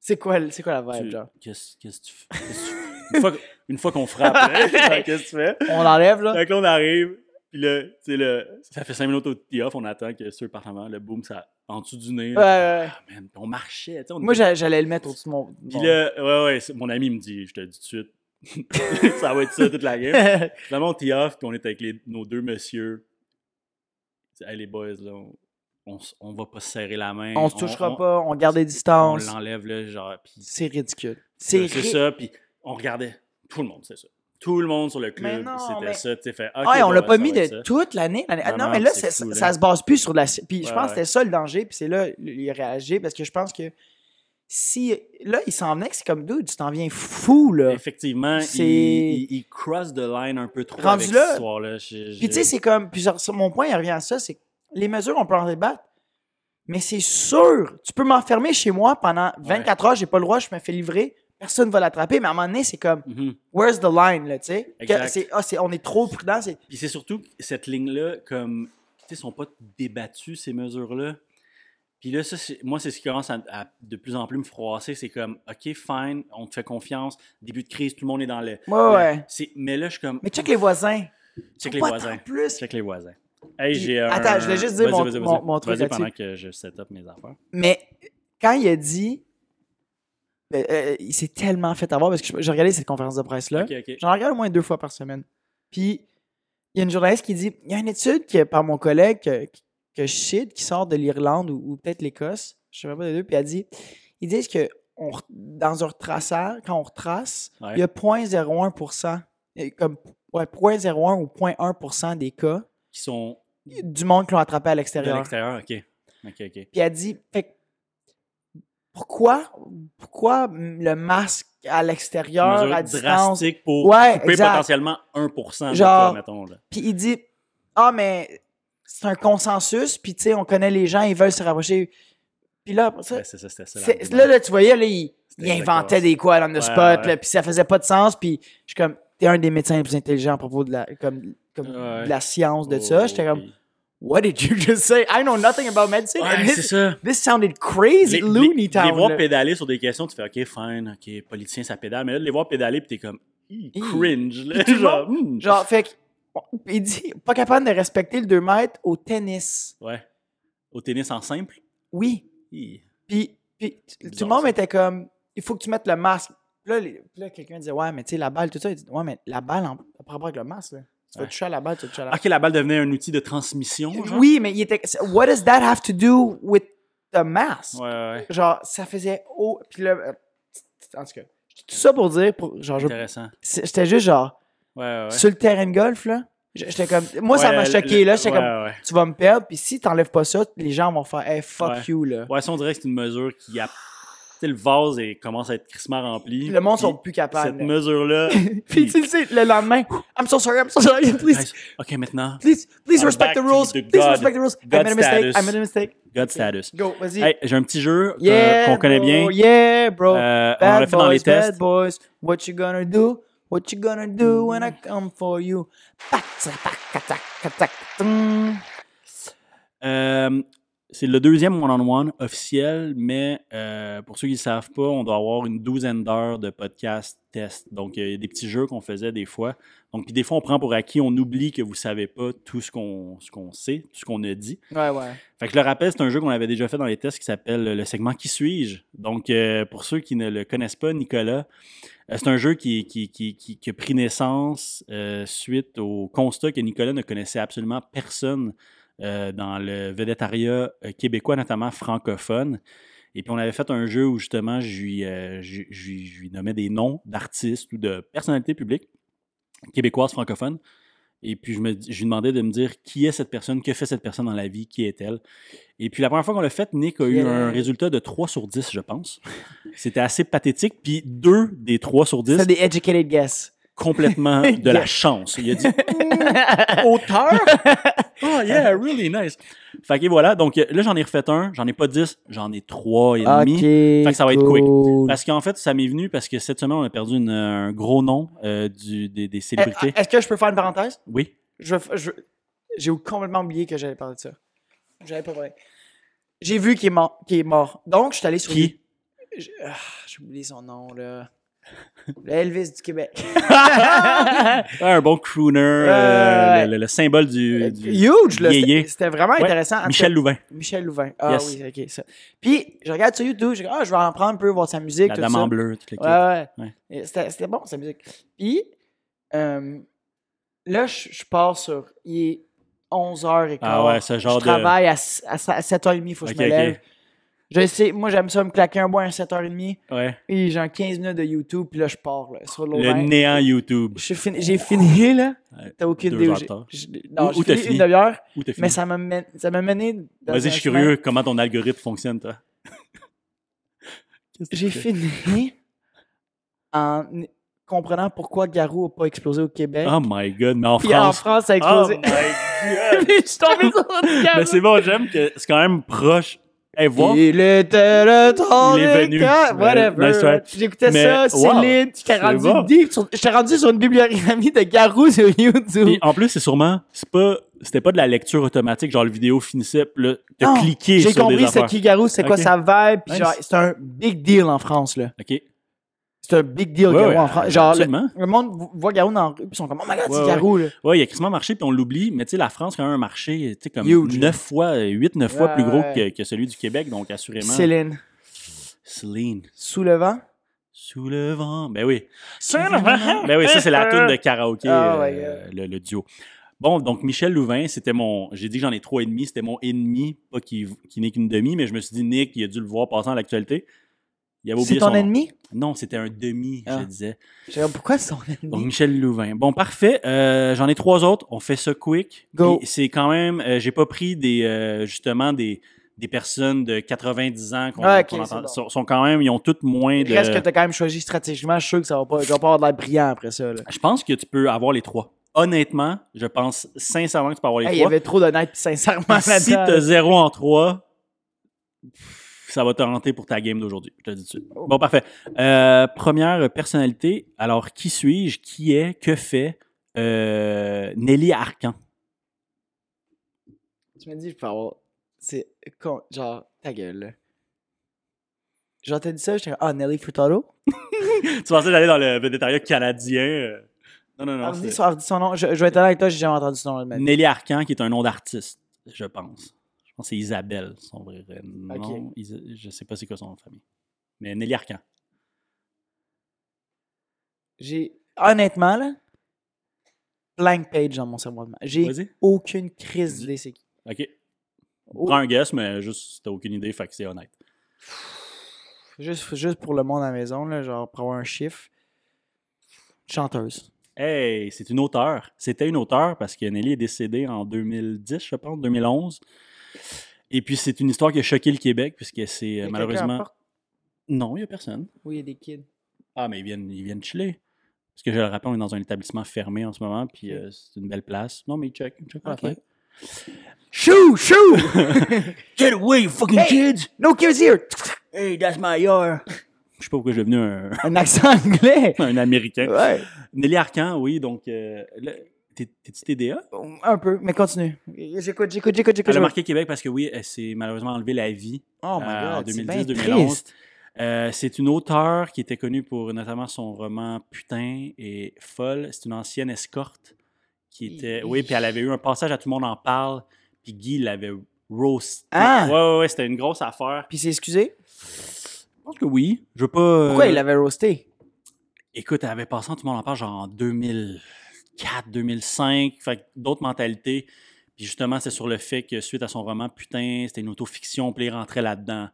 C'est quoi, le- c'est quoi la vibe,
tu-
genre?
Qu'est-ce qu'est-ce que tu fais? Qu'est-ce que tu- Une fois, que- une fois qu'on frappe, hein, genre, qu'est-ce que tu fais?
On l'enlève, là?
Fait que là, on arrive, puis là, tu sais, le- ça fait cinq minutes au tee-off, on attend que ceux partent avant, le boom, ça en dessous du nez.
Ouais,
là,
ouais, ouais.
ah, man, puis on marchait, tu sais. on
Moi,
était-
j'a- j'allais le mettre au-dessus de mon.
Puis là, ouais, ouais, c'est- mon ami me dit, je te le dis tout de suite, ça va être ça toute la game.
là.
Finalement, on tee off, puis on est avec les- nos deux messieurs. Je dis, Hey, les boys, là, on, on, s- on va pas se serrer la main.
on se touchera
on-
pas, on garde des
On
distances.
l'enlève, là, genre, puis
C'est ridicule. C'est
c'est
ridicule.
ça, puis on regardait. Tout le monde, c'est ça. Tout le monde sur le
Mais
club,
non,
c'était
mais-
ça. Tu sais, fait,
ouais, Ah, on l'a pas mis de
de tout.
toute l'année. l'année- Ah
Non,
non,
non,
mais là,
c'est
ça-
fou, là.
ça se base plus sur de la. Puis je pense
Ouais,
que
ouais.
c'était ça le danger. Puis c'est là, il a réagi parce que je pense que si. Là, il s'en venait que c'est comme dude, tu t'en viens fou, là.
Effectivement, il,
C'est-
il, il cross the line un peu trop
Rendu
avec
là-
cette histoire-là. J'ai-
Puis tu sais, c'est comme. Puis sur- sur mon point, il revient à ça c'est que les mesures, on peut en débattre. Mais c'est sûr, tu peux m'enfermer chez moi pendant 24 heures, j'ai pas le droit, je me fais livrer, personne va l'attraper. Mais à un moment donné, c'est comme.
Mhm.
Where's the line, là, tu sais? Que
Exact.
c'est- ah, c'est- on est trop prudent. c'est-
Puis c'est surtout que cette ligne-là, comme, tu sais, sont pas débattues, ces mesures-là. Puis là, ça, c'est- moi, c'est ce qui commence à, à de plus en plus me froisser. C'est comme, OK, fine, on te fait confiance. Début de crise, tout le monde est dans le.
Ouais, ouais.
le- c'est- mais là, je suis comme,
Mais check les voisins.
check
Faut
les
pas
voisins.
tant plus.
Check les voisins. Hey,
Puis-
j'ai un-
attends, je voulais juste dire
Vas-y,
mon-
vas-y,
mon-
vas-y.
mon truc
Vas-y
là-dessus.
pendant que je set up mes affaires.
Mais quand il a dit. euh, euh, il s'est tellement fait avoir parce que je- j'ai regardé cette conférence de presse-là.
OK, OK.
J'en regarde au moins deux fois par semaine. Puis, il y a une journaliste qui dit il y a une étude qui est par mon collègue que, que je cite qui sort de l'Irlande ou, ou peut-être l'Écosse, je ne sais pas des deux, puis elle dit ils disent que on re- dans un retraceur, quand on retrace,
Ouais.
il y a 0.01 euh, comme ouais, 0.01 ou 0.1 des cas
Qui sont
du monde qui l'ont attrapé à
de
l'extérieur.
l'extérieur. OK. OK, OK.
Puis elle dit fait que pourquoi, pourquoi le masque à l'extérieur, à
Mesure
distance
drastique pour
Ouais,
couper
exact.
potentiellement 1% de
Genre-
ça, mettons. Là.
Puis il dit Ah, mais c'est un consensus, puis tu sais, on connaît les gens, ils veulent se rapprocher. Puis là, après ça,
Ouais, c'est ça, c'était ça.
c'est-
l'argument.
là, là, tu voyais, là, il,
C'était
il
exactement
inventait
ça.
des quoi dans le
Ouais,
spot,
ouais.
là, puis ça faisait pas de sens. Puis je suis comme T'es un des médecins les plus intelligents à propos de la, comme, comme
Ouais.
de la science de
Oh,
ça. J'étais comme
puis-
What did you just say? I know nothing about medicine. and
Ouais, c'est
this,
ça.
this sounded crazy,
les,
loony town.
les voir
là.
pédaler sur des questions, tu fais OK, fine, OK, politicien, ça pédale. Mais là, de les voir pédaler, puis t'es comme Hi,
Hi.
cringe. Là,
Puis tout le
genre, hmm.
Genre, fait que, bon, il dit Pas capable de respecter le 2 mètres au tennis.
Ouais. Au tennis en simple.
Oui.
Hi.
Puis, puis t-
Bizarre,
tout le monde
ça.
était comme, il faut que tu mettes le masque. Puis là, les- puis là, quelqu'un disait, ouais, mais tu sais, la balle, tout ça. Il dit, ouais, mais la balle, en, ça prend pas avec le masque. Là. Tu vas
Ouais.
toucher à la balle, tu vas toucher à la
OK, la balle devenait un outil de transmission. genre.
Ah. Oui, mais il était. c'est- What does that have to do with the mask?
Ouais, ouais.
Genre, ça faisait. Oh, puis là. euh, En tout cas, tout ça pour dire, pour, genre, je-
Intéressant.
c'est- j'étais juste genre,
Ouais, ouais.
sur le terrain de golf, là. j- J'étais comme, moi, ça
Ouais,
m'a
le-
choqué,
le-
là. J'étais
ouais,
comme,
Ouais.
tu vas me perdre, puis si t'enlèves pas ça, les gens vont faire, hey, fuck
Ouais.
you, là.
Ouais, ça, on dirait que c'est une mesure qui a. Tu sais, le vase est- commence à être crissement rempli.
Le monde
Puis
sont plus capables.
Cette
là.
mesure-là.
Puis tu le sais, le lendemain, I'm so sorry, I'm so sorry, please,
Guys, OK, maintenant,
please, please
I'm
respect
back
the
to
rules,
the
please
God-
respect the rules. I
God
made a mistake, I
status.
made a mistake.
God status.
Go, vas-y.
Hey, j'ai un petit jeu que-
yeah,
qu'on connaît
bro,
bien.
Yeah, bro.
Euh, on
Oh, bad
l'a fait
boys,
dans les tests.
bad boys, what you gonna do? What you gonna do when I
Mm.
come for you? Pac, tac, pac, tac, tac, tac, tum.
Euh, c'est le deuxième one-on-one officiel, mais euh, pour ceux qui ne savent pas, on doit avoir une douzaine d'heures de podcast test. Donc, il y a des petits jeux qu'on faisait des fois. Donc, puis des fois, on prend pour acquis, on oublie que vous ne savez pas tout ce qu'on ce qu'on sait, tout ce qu'on a dit.
Ouais, ouais.
Fait que je le rappelle, c'est un jeu qu'on avait déjà fait dans les tests qui s'appelle le segment Qui suis-je? Donc, euh, pour ceux qui ne le connaissent pas, Nicolas, euh, c'est un jeu qui, qui, qui, qui- qui a pris naissance euh, suite au constat que Nicolas ne connaissait absolument personne euh, dans le védétariat euh, québécois, notamment francophone. Et puis on avait fait un jeu où justement, je lui, euh, je- je lui- je lui nommais des noms d'artistes ou de personnalités publiques québécoises francophones. Et puis je, me, je lui demandais de me dire qui est cette personne, que fait cette personne dans la vie, qui est-elle. Et puis la première fois qu'on l'a fait, Nick a
Qui
eu
est-elle?
un résultat de 3 sur 10, je pense. C'était assez pathétique. Puis deux des 3 sur 10,
C'est des educated guess.
complètement de la
Yes.
chance. Il a dit Mm. auteur? Oh yeah, really nice. Fait que voilà, donc euh, là j'en ai refait un, j'en ai pas 10, j'en ai trois et demi.
Fait
que ça va être
cool.
Parce qu'en fait, ça m'est venu parce que cette semaine, on a perdu une- un gros nom euh, du, des, des
Eh,
célébrités.
Est-ce que je peux faire une parenthèse?
Oui.
Je, je- j'ai complètement oublié que j'allais parler de ça. J'avais pas parlé. J'ai vu qu'il est mort. qu'il est mort. Donc, je suis allé sur.
Qui?
J'ai ah, j'ai oublié son nom, là. Le Elvis du Québec.
Un bon crooner, euh, le, le- le symbole
Euh,
du, du-
Huge, là.
yéyé.
C'était, c'était vraiment
Ouais,
intéressant. En tout
Michel Louvain,
cas, Michel Louvain. Ah
Yes.
oui, ok, ça. Puis, je regarde sur YouTube, je dis, ah, je vais en prendre un peu, voir sa musique.
la
tout
dame
ça.
en bleu. tout le kit.
Ouais, ouais.
Ouais.
Et C'était, c'était bon, sa musique. Puis, euh, là, je, je pars sur. Il est 11h15.
Ah ouais, ce genre
je
de...
travaille à, s- à sa- à 7h30, il faut que
Ok,
je me
ok.
lève. Je sais, moi, j'aime ça me claquer un bois à 7h30.
Ouais.
Et j'ai un 15 minutes de YouTube, puis là, je pars là, sur
Le
l'autre.
néant YouTube.
J'ai fini, j'ai fini, là.
Ouais,
T'as aucune
deux
idée où
heures
j'ai-
tard.
j'ai- Non,
Où-
j'ai
où t'as
fini
fini?
une demi-heure,
Où t'as fini?
mais ça m'a men- ça m'a mené. dans
Vas-y,
un
je suis
chemin.
curieux comment ton algorithme fonctionne, toi. Qu'est-ce que tu
J'ai
fais?
fini en comprenant pourquoi Garou n'a pas explosé au Québec.
Oh my god, mais en
puis en
France.
France, ça a
Oh
explosé.
my god!
Puis je suis tombé sur le
mais c'est
Garou.
bon, j'aime que c'est quand même proche. Hey, voir.
Il était le temps
Il est venu.
des temps. Whatever.
Ouais, nice try.
J'écoutais
Mais,
ça,
wow,
Céline. J'étais
c'est
rendu
bon.
deep. Sur, j'étais rendu sur une bibliographie de Garou sur YouTube.
Puis ah, en plus, c'est sûrement, c'est pas, c'était pas de la lecture automatique, genre le vidéo finissait, puis là,
Non,
t'as cliqué
J'ai
sur des
compris c'est
affaires.
qui Garou, c'est quoi
Ok.
sa vibe. Puis
Nice.
genre, c'est un big deal en France, là.
Ok.
C'est un big deal,
Ouais,
Garou,
ouais,
en France. Genre, le,
absolument.
le monde vo- voit Garou dans la rue, puis ils sont comme, oh my god,
Ouais,
c'est
ouais.
Garou, là.
Ouais, il y a quasiment un marché, puis on l'oublie, mais tu sais, la France, quand même, un marché, tu sais, comme
Huge.
9 fois, 8, 9 fois
Ouais,
plus gros que,
ouais.
que celui du Québec, donc assurément.
Céline,
Céline.
sous le vent.
Sous le vent. Ben oui.
Sous le vent.
Ben oui, ça, c'est la tune de karaoké,
Oh
euh,
my God.
le, le duo. Bon, donc Michel Louvain, c'était mon. J'ai dit que j'en ai trois et demi, c'était mon ennemi, pas qui, qui n'est qu'une demi, mais je me suis dit, Nick, il a dû le voir passer à l'actualité. Il avait
C'est
oublié
ton
son nom.
ennemi?
Non, c'était un demi,
Ah.
je disais.
Je sais pas, pourquoi c'est ton
Donc
ennemi?
Michel Louvain. Bon, parfait. Euh, j'en ai trois autres. On fait ça quick.
Go.
Et C'est quand même. euh, j'ai pas pris des euh, justement des, des personnes de 90 ans qu'on
Ah, ok,
qu'on entend.
c'est bon.
Sont, sont quand même. Ils ont toutes moins de.
Reste que t'as quand même choisi stratégiquement, je suis sûr que ça va pas, je vais pas avoir de l'air brillant après ça, là.
Je pense que tu peux avoir les trois. Honnêtement, je pense sincèrement que tu peux avoir les
Hey, il y
trois.
avait trop d'honnêtes, puis sincèrement,
si tu
là-dedans.
as zéro en trois, pff, ça va te rentrer pour ta game d'aujourd'hui. Je te le dis tout de suite.
Oh.
Bon, parfait. Euh, première personnalité. Alors, qui suis-je? Qui est? Que fait? Euh, Nelly Arcan.
Tu me dis, je peux avoir. C'est. con- Genre, ta gueule, là. Genre, t'as dit ça, j'étais comme, ah, Nelly Furtado?
tu pensais d'aller dans le védétariat canadien? euh, Non, non, non.
Alors, dis
c'est
son, alors, dis son nom. Je, je vais être honnête avec toi, j'ai jamais entendu son nom de ma vie.
Nelly Arcan, qui est un nom d'artiste, je pense. Je pense que c'est Isabelle, son vrai euh, nom.
Ok.
Isa- Je sais pas c'est quoi son nom de famille. Mais Nelly Arcan.
J'ai. Honnêtement, là. Blank page dans mon cerveau. de ma- J'ai
Vas-y.
aucune crise d'idée, c'est qui.
OK.
Oh,
Prends un guess, mais juste, t'as aucune idée, fait que c'est honnête.
juste, juste pour le monde à la maison, là, genre, pour avoir un chiffre. Chanteuse.
Hey, c'est une auteure. C'était une auteure parce que Nelly est décédée en 2010, je pense, 2011. Et puis, c'est une histoire qui a choqué le Québec, puisque c'est euh,
Quelqu'un
malheureusement.
apporte?
Non, il n'y a personne.
Oui, il y a des kids.
Ah, mais ils viennent, ils viennent chiller. Parce que je le rappelle, on est dans un établissement fermé en ce moment, puis
Ok.
euh, c'est une belle place. Non, mais check, check
Ok.
la fenêtre.
Shoo, shoo!
Get away, you fucking
Hey!
kids!
No kids here!
Hey, that's my yard! Je sais pas pourquoi je suis devenu un,
Un accent anglais!
un Américain.
Ouais.
Nelly Arcan, oui, donc. euh, là, t'es- T'es-tu TDA?
Un peu, mais continue. J'écoute, j'écoute, j'écoute, j'écoute.
Elle a marqué Québec parce que oui, elle s'est malheureusement enlevée la vie.
Oh
my God, c'est bien triste.
triste.
Euh, c'est une auteure qui était connue pour notamment son roman Putain et Folle. C'est une ancienne escorte qui était. Oui, puis elle avait eu un passage à Tout le monde en parle, puis Guy l'avait roast.
Ah!
Ouais, ouais, ouais, c'était une grosse affaire.
Puis c'est excusé.
Je pense que oui. Je veux pas.
Pourquoi
euh,
il l'avait roasté?
Écoute, elle avait passé en tout le monde en parle genre en 2004, 2005, fait que d'autres mentalités. Puis justement, c'est sur le fait que suite à son roman, putain, c'était une autofiction, puis il rentrait là-dedans.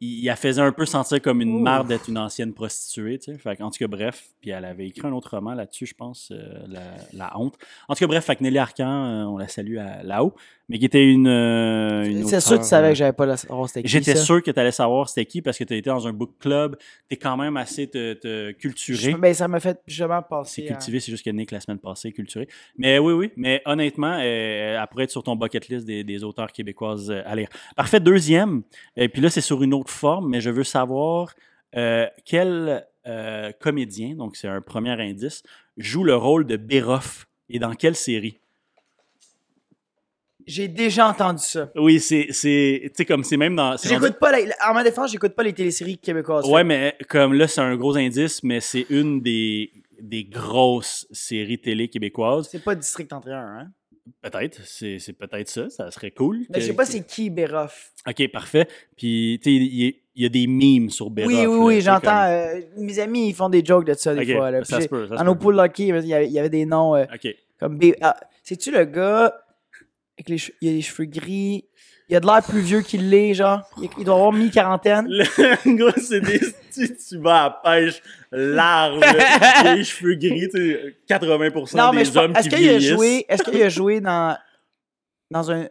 il, il la faisait un peu sentir comme une
Ouf.
marde d'être une ancienne prostituée, tu sais. Fait que, en tout cas, bref, puis elle avait écrit un autre roman là-dessus, je pense, euh, la, La honte. En tout cas, bref, fait que Nelly Arcan, euh, on la salue à- là-haut, mais qui était une, euh, une
C'est sûr que
auteure,
tu savais
euh,
que j'avais pas la savoir c'était qui,
J'étais
ça.
sûr que tu allais savoir c'était qui parce que tu été dans un book club, tu es quand même assez te, te culturé.
Je- ben, ça m'a fait justement hein.
C'est
penser. à-
cultivé, c'est juste que Nick la semaine passée est culturé. Mais oui, oui, mais honnêtement, euh, elle pourrait être sur ton bucket list des, des auteurs québécoises euh, à lire. Parfait, deuxième, et puis là c'est sur une autre forme, mais je veux savoir euh, quel euh, comédien, donc c'est un premier indice, joue le rôle de Béroff et dans quelle série?
J'ai déjà entendu ça.
Oui, c'est, c'est- tu sais, comme c'est même dans... c'est rendu-
J'écoute pas la- en ma défense, j'écoute pas les téléséries québécoises.
Ouais, mais euh, comme là, c'est un gros indice, mais c'est une des, des grosses séries télé québécoises.
C'est pas District 31, hein?
Peut-être, c'est c'est peut-être ça, ça serait cool.
Mais Ben, je
que-
sais pas c'est qui Béroff.
Ok, parfait. Puis, tu sais, il y, il y a des mimes sur Béroff.
Oui, oui,
là,
oui,
tu sais,
j'entends. euh, mes amis, ils font des jokes de ça
comme-
des
Ok,
fois. Là. Puis
ça
j'ai-
se peut, ça se
dans nos
peut.
poules hockey, il y avait, il y avait des noms euh,
Ok.
comme B. ah, C'est-tu le gars avec les, che- il a les cheveux gris? Il a de l'air plus vieux qu'il l'est, genre. Il, il doit avoir mi-quarantaine.
Le gars, c'est des tu, tu vas à pêche large, là, les cheveux gris, tu sais, 80%
Non,
des
mais je
hommes
pense- est-ce
qui
qu'il a
vieillissent.
joué, est-ce qu'il a joué dans, dans, un,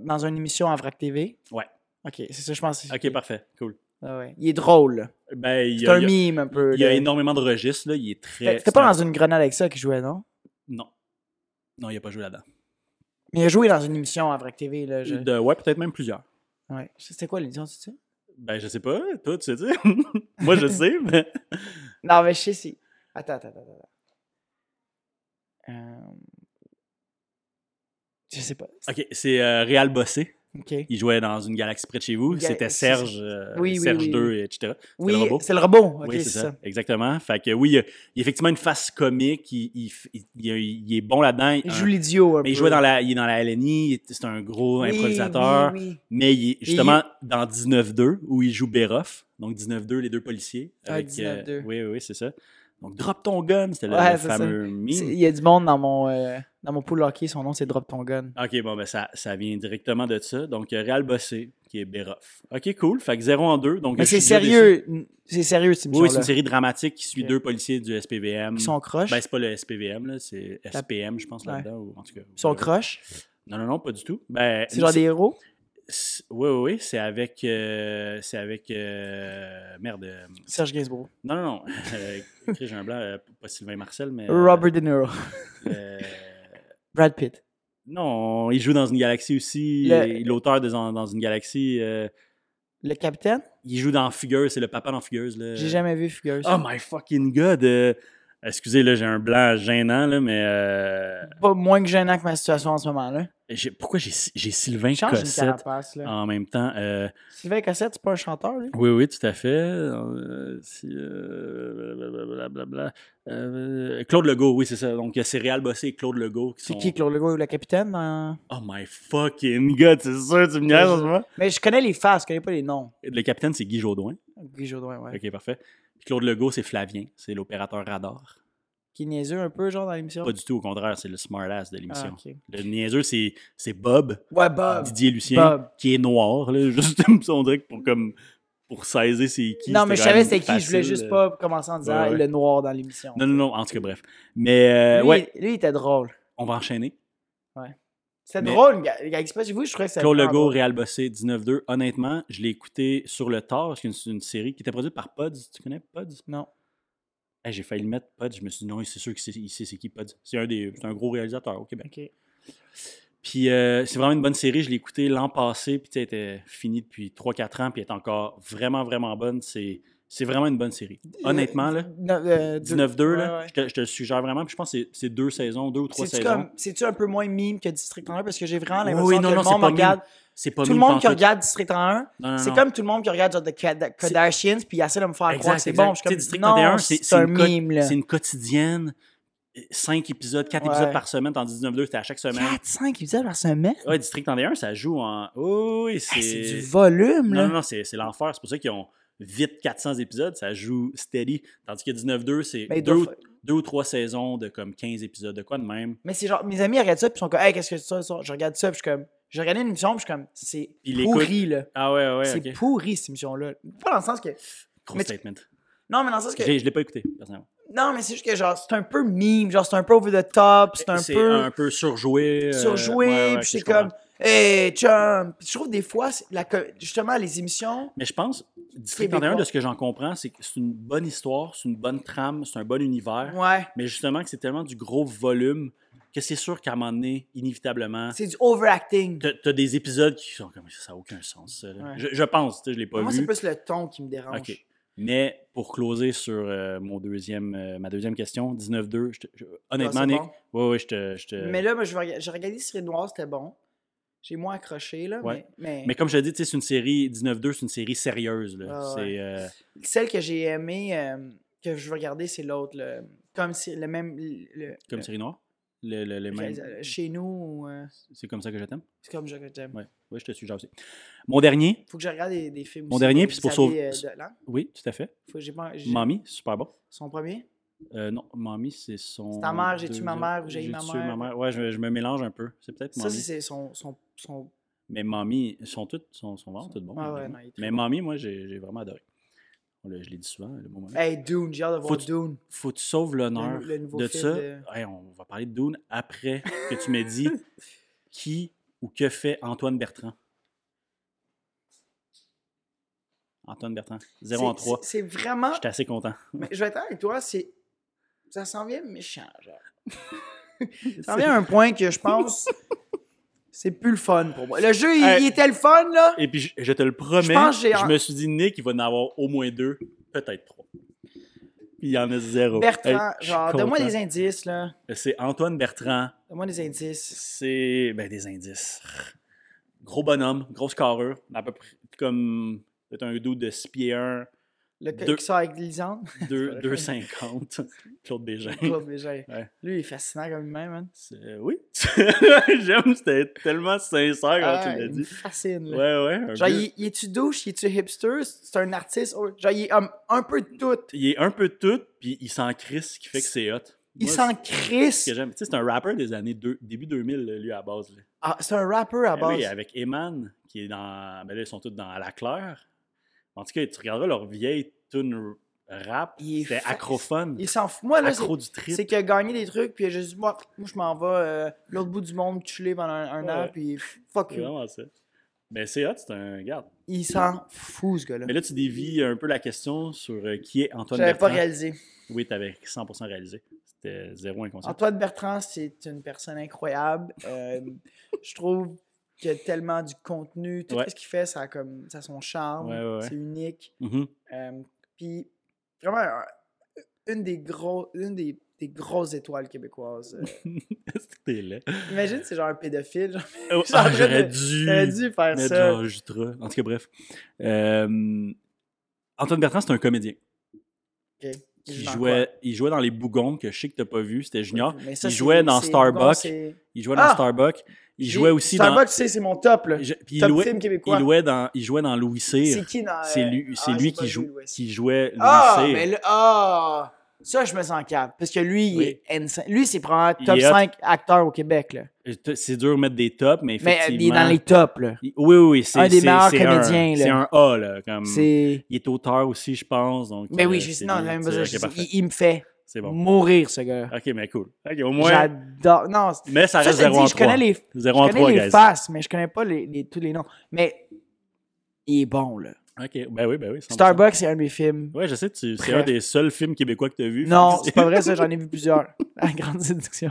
dans une émission à Vrac TV?
Ouais.
Ok, c'est ça, je pense.
Ok, parfait, cool.
Ah ouais. Il est drôle.
Ben, il y
C'est
a,
un
il y a-
mime un peu.
il y a
là.
énormément de registres, là. Il est très.
C'était pas dans une grenade avec ça qu'il jouait, non?
Non. Non, il a pas joué là-dedans.
Mais il a joué dans une émission à Vrac TV. Là, je-
De, ouais, peut-être même plusieurs.
ouais. C'était quoi l'émission, tu sais?
Ben, je sais pas. Toi, tu sais dire. Moi, je sais, mais.
Non, mais je sais si. Attends, attends, attends. attends. Euh... Je sais pas.
Ok, c'est euh, Réal Bossé.
OK.
Il jouait dans une galaxie près de chez vous.
Une gal-
C'était
c'est-
Serge, euh,
Oui, oui,
Serge
oui,
2, etc. le
Oui,
robot?
c'est le robot. OK,
oui,
c'est ça.
Exactement. Fait que oui, il y a, il y a effectivement une face comique. Il, il f- il- il y a- il est bon là-dedans.
Il
Un-
joue l'idiot un
Ah. mais il
peu.
jouait dans la, il est dans la LNI. il est- C'est un gros
Oui,
improvisateur.
Oui, oui.
Mais il est justement dans 19-2, où il joue Béroff. Donc 19-2, les deux policiers.
Ah,
avec, euh,
19-2.
oui, oui, oui, c'est ça. Donc Drop ton gun, c'était le,
Ouais,
le
c'est ça.
fameux
C'est-
meme.
Il y a du monde dans mon, euh, dans mon pool hockey. Son nom, c'est Drop Ton Gun.
OK, bon, ben ça, ça vient directement de ça. Donc, euh, Réal Bossé, qui est Béroff. OK, cool. Fait que 0 en 2. Donc,
Mais
je
c'est
suis déjà déçu.
sérieux. n- C'est sérieux, cette
Oui, oui, c'est
émission-là.
une série dramatique qui suit
Ok.
deux policiers du SPVM.
Ils sont croches.
Ben, c'est pas le SPVM, là, c'est SPM, je pense,
Ouais.
là-dedans. Ou, en tout cas,
Ils sont
whatever.
croches.
Non, non, non, pas du tout. Ben,
C'est genre des héros.
c'est- Oui, oui, oui. C'est avec. euh, c'est avec. euh, merde. euh,
Serge Gainsbourg.
Non, non, non. Euh, Chris, J'ai un blanc, euh, pas Sylvain Marcel, mais. euh,
Robert De Niro.
euh,
Brad Pitt.
non, il joue dans une galaxie aussi.
Le-
L'auteur de Dans dans une galaxie. euh,
Le capitaine?
Il joue dans Fugueuse, c'est le papa dans Fugueuse. Là.
J'ai jamais vu Fugueuse.
Euh. Oh my fucking god! euh, Excusez, là, j'ai un blanc gênant, là, mais. euh,
Pas moins que gênant que ma situation en ce moment, là.
j'ai- Pourquoi j'ai j'ai Sylvain
Change une
Cossette
carapace, là.
en même temps? euh,
Sylvain Cossette, c'est pas un chanteur, lui?
Oui, oui, tout à fait. euh, si, euh, blablabla, blablabla, euh, Claude Legault, oui, c'est ça. Donc, il y a Céréal Bossé et Claude Legault qui
C'est
sont.
qui, Claude Legault, le capitaine? dans-
Oh my fucking god, c'est sûr, tu me niaises en ce moment?
Mais je connais les faces, je connais pas les noms.
Le capitaine, c'est Guy Jodoin.
Guy Jodoin, ouais.
Ok, parfait. Puis Claude Legault, c'est Flavien, c'est l'opérateur radar.
Qui est niaiseux un peu, genre, dans l'émission?
Pas du tout, au contraire, c'est le smartass de
Ah,
l'émission.
ok.
Le niaiseux, c'est c'est Bob,
Ouais, Bob!
Didier Lucien,
Bob.
qui est noir, là, juste on dirait que pour comme pour saisir c'est qui.
non, mais je
c'était quand
savais
même
c'était qui, je voulais
facile,
juste
euh.
pas commencer en disant
Ouais,
hey,
ouais.
le noir dans l'émission.
Non, non, non, en tout cas, bref. Mais euh,
lui,
ouais,
lui, il était drôle.
on va enchaîner.
C'était
Mais-
drôle, gars. Gars, c'est pas- vous, je trouvais que c'était
Claude
vraiment
Legault,
drôle.
Réal Bossé, 19-2. Honnêtement, je l'ai écouté sur le tard, parce que c'est une série qui était produite par Pods. Tu connais Pods?
Non.
Hey, J'ai failli le mettre, Pods. Je me suis dit, non, c'est sûr qu'il sait, il sait c'est qui Pods. C'est un, des- c'est un gros réalisateur au Québec.
Ok.
Puis euh, c'est vraiment une bonne série. Je l'ai écoutée l'an passé, puis tu sais, elle était finie depuis 3-4 ans, puis elle est encore vraiment, vraiment bonne. C'est c'est vraiment une bonne série. Honnêtement, là,
Non, euh, deux.
19-2, là,
Ouais, ouais.
Je, te, je te le suggère vraiment. Puis je pense que c'est- c'est deux saisons, deux ou trois
C'est-tu
saisons.
comme- C'est-tu un peu moins mime que District 1 parce que j'ai vraiment
Oui,
l'impression
non,
que
non,
le
c'est
monde
pas
me regarde.
C'est pas
Tout le
mis
monde qui
pantoute.
regarde District 1,
Non, non,
c'est
non.
comme tout le monde qui regarde genre The Kad- Kardashians puis il essaie de me faire croire que c'est bon. Je suis
Tu sais,
comme,
District
non,
31,
c'est un
une co-
mime. là.
C'est une quotidienne. euh, Cinq épisodes, quatre
Ouais.
épisodes par semaine, tandis 19-2, c'était à chaque semaine.
4-5 épisodes par semaine?
Ouais, District 31, ça joue en. Oh, oui, c'est.
Hey, C'est du volume,
Non,
là.
non, non, c'est c'est l'enfer. C'est pour ça qu'ils ont vite 400 épisodes. Ça joue steady. Tandis que 19-2, c'est
Mais, Ben, ils
deux,
doivent-
ou- deux ou trois saisons de comme 15 épisodes, de quoi de même.
mais c'est genre, mes amis regardent ça, puis ils sont comme, hey, qu'est-ce que c'est ça, ça? Je regarde ça, puis je suis comme, J'ai regardé une émission, puis je suis comme, c'est
Puis il
pourri, là.
Ah ouais, ouais,
c'est
ok.
pourri, cette émission-là. Pas dans le sens que.
Gros
mais tu-
statement.
Non, mais dans le sens que.
J'ai- Je l'ai pas écouté, personnellement.
Non, mais c'est juste que, genre, c'est un peu mime, genre, c'est un peu over the top, c'est un peu.
un peu surjoué. euh,
surjoué,
ouais, ouais,
puis c'est
je comprends.
comme Hey, chum! Puis je trouve des fois, c'est la co- justement, les émissions.
Mais je pense, District
Québécois.
31, de ce que j'en comprends, c'est que c'est une bonne histoire, c'est une bonne trame, c'est un bon univers.
Ouais.
Mais justement, que c'est tellement du gros volume que c'est sûr qu'à un moment donné, inévitablement,
C'est du overacting.
t'as t'as des épisodes qui sont comme ça, n'a aucun sens. ça, là.
Ouais.
Je, je pense, tu sais, je l'ai pas
Moi, c'est
vu.
plus le ton qui me dérange.
Ok. Mais pour closer sur euh, mon deuxième, euh, ma deuxième question, 19-2, je te- je- honnêtement,
Ah, c'est
Nick, euh,
bon.
ouais, ouais, je te. je te-
Mais
Mais,
là, moi, je vais rega- j'ai regardé Série Noire, c'était bon. J'ai moins accroché, là.
Ouais.
Mais, mais...
comme je te dis, tu sais, c'est une série, 19-2, c'est une série sérieuse. là.
Ah,
c'est.
ouais.
euh,
celle que j'ai aimée, euh, que je veux regarder, c'est l'autre, là. Comme si le même. le- le-
comme série noire. Le, le- le
le-
même-
j'allais- Chez nous, ou, euh,
C'est comme ça que je t'aime.
c'est comme je que j'aime.
Ouais, ouais, je te suis aussi. Mon dernier,
Faut que je regarde des, des films.
Mon
aussi
dernier,
de
puis c'est pour
Xavier,
sauver-
euh, Dolan.
oui, tout à fait.
Faut que j'ai pas- j'ai-
Mamie, super bon.
Son premier
Euh, non, Mamie, c'est son.
C'est ta mère, j'ai tué ma
deuxième-
mère ou j'ai eu ma
tué
mère.
Ouais, je, je me mélange un peu. C'est peut-être
Ça,
Mamie.
c'est- c'est son, son, son
Mais Mamie, ils sont toutes, sont, sont vraiment toutes bons.
Ah ouais,
évidemment.
non, il est très
mais
bon.
Mamie, moi, j'ai j'ai vraiment adoré. On l'a- je l'ai dit souvent, le moment là.
Hey, Dune, j'ai hâte de
Faut
voir
tu-
Dune.
Faut que tu sauves l'honneur
le nouveau
de
film
ça.
de-
Hey, on va parler de Dune après que tu m'aies dit qui ou que fait Antoine Bertrand. Antoine Bertrand, 0 en
C'est-
3.
c'est- C'est vraiment.
J'étais assez content.
Mais je vais être honnête avec toi, c'est. Ça s'en vient méchant, genre. Ça s'en
C'est-
vient à un point que je pense. c'est plus le fun pour moi. Le jeu, il,
Hey.
il était le fun, là.
Et puis, je, je te le promets, je,
pense que j'ai en-
me suis dit, Nick, il va en avoir au moins deux, peut-être trois. Il y en a zéro.
Bertrand,
Hey, je suis
genre, donne-moi
content.
des indices, là.
C'est Antoine Bertrand.
Donne-moi des indices.
C'est ben, des indices. Gros bonhomme, grosse carrure, à peu près comme peut-être un dos de 6 pieds 1,
Le co-
Deux.
qui sort avec Lisande. pas vrai.
250. Claude Bégin.
Claude Bégin.
Ouais.
Lui, il est fascinant comme lui-même, man.
C'est- Oui. J'aime, c'était tellement sincère quand
Ah,
tu l'as
il me
dit.
fascine,
Ouais,
là.
ouais. un
Genre,
peu.
il, il est-tu douche, il est-tu hipster? C'est un artiste. oh, Genre, il est um, un peu de tout.
Il est un peu tout, puis il s'en crisse, ce qui fait que c'est hot.
Il
Moi,
s'en
ce
crisse.
que j'aime. Tu sais, c'est un rapper des années deux- début 2000, là, lui, à la base. là.
Ah, c'est un rappeur à
Ben
base.
oui, avec Eman, qui est dans. Ben là, ils sont tous dans À la Claire. En tout cas, tu regarderas leur vieille tune rap.
Il est
C'était
fa-
acrophone.
Il s'en fout. Moi, là, c'est
accro du trip.
c'est qu'il a gagné des trucs, puis il a juste dit, moi, moi, je m'en vais euh, l'autre bout du monde, chiller pendant un, un
Ouais.
an, puis fuck
C'est
you.
vraiment ça. Mais c'est hot, c'est un. Regarde.
Il s'en fout, ce gars-là.
Mais là, tu dévies un peu la question sur euh, qui est Antoine
J'avais pas
Bertrand.
réalisé.
Oui, t'avais 100% réalisé. C'était zéro inconscient.
Antoine Bertrand, c'est une personne incroyable. Euh, je trouve qu'il y a tellement du contenu. Tout
Ouais.
ce qu'il fait, ça a, comme, ça a son charme.
Ouais, ouais, ouais.
C'est unique.
Mhm.
Euh, puis vraiment euh, une des gros une des, des grosses étoiles québécoises. euh.
Est-ce que t'es là?
Imagine c'est genre un pédophile, genre,
Oh,
J'aurais
ah, J'aurais
dû-
dû.
j'aurais dû faire
mettre
ça.
Georges Dutra. En tout cas, bref. Euh, Antoine Bertrand, c'est un comédien.
Ok,
qui
je m'en
jouait, il jouait dans les Bougons, que je sais que t'as pas vu, c'était Junior.
crois. Mais ça,
il
c'est-
jouait dans
c'est-
Starbucks.
bon, c'est-
Il jouait
Ah!
dans Starbucks. Il jouait aussi
Starbucks,
dans.
tu sais, c'est mon top là.
Je- puis il
top
louait,
film
il
québécois.
louait dans. Il jouait dans Louis
c'est
Cyr.
qui dans
C'est
euh,
lui, c'est
ah,
lui
j'ai pas
qui, joue,
vu, ouais.
qui jouait Louis
Ah,
Cyr.
mais là ah ça je me sens cap parce que lui il
Oui.
est insane. Lui c'est probablement
Il
top
est hot.
5 acteur au Québec là.
Euh, C'est dur de mettre des tops, mais
Mais euh,
effectivement.
il est dans les tops là.
il- Oui, oui, oui. C'est,
Un des
c'est-
meilleurs
c'est
comédiens,
un-
là.
C'est un A, là. Comme,
C'est
Il est auteur aussi, je pense. Donc,
mais
euh,
oui, je
c'est
non,
lui,
même
tu
pas ça,
sais, ok,
je-
parfait.
il, il me fait
C'est bon.
mourir ce gars.
Ok, mais cool. Ok, au moins.
J'adore. Non, c'est-
Mais ça
ça,
reste
je te
0 en
dis, je
3.
connais les, je
0 en
connais
3,
les
guys.
faces, mais je connais pas les, les- tous les noms. Mais il est bon, là.
Ok, ben oui, ben oui. 100%.
Starbucks, c'est un de mes films.
Ouais, je sais, tu- c'est
Bref.
un des seuls films québécois que tu as vu.
Non,
Fait
c'est
que
pas vrai, ça, j'en ai vu plusieurs. La grande séduction.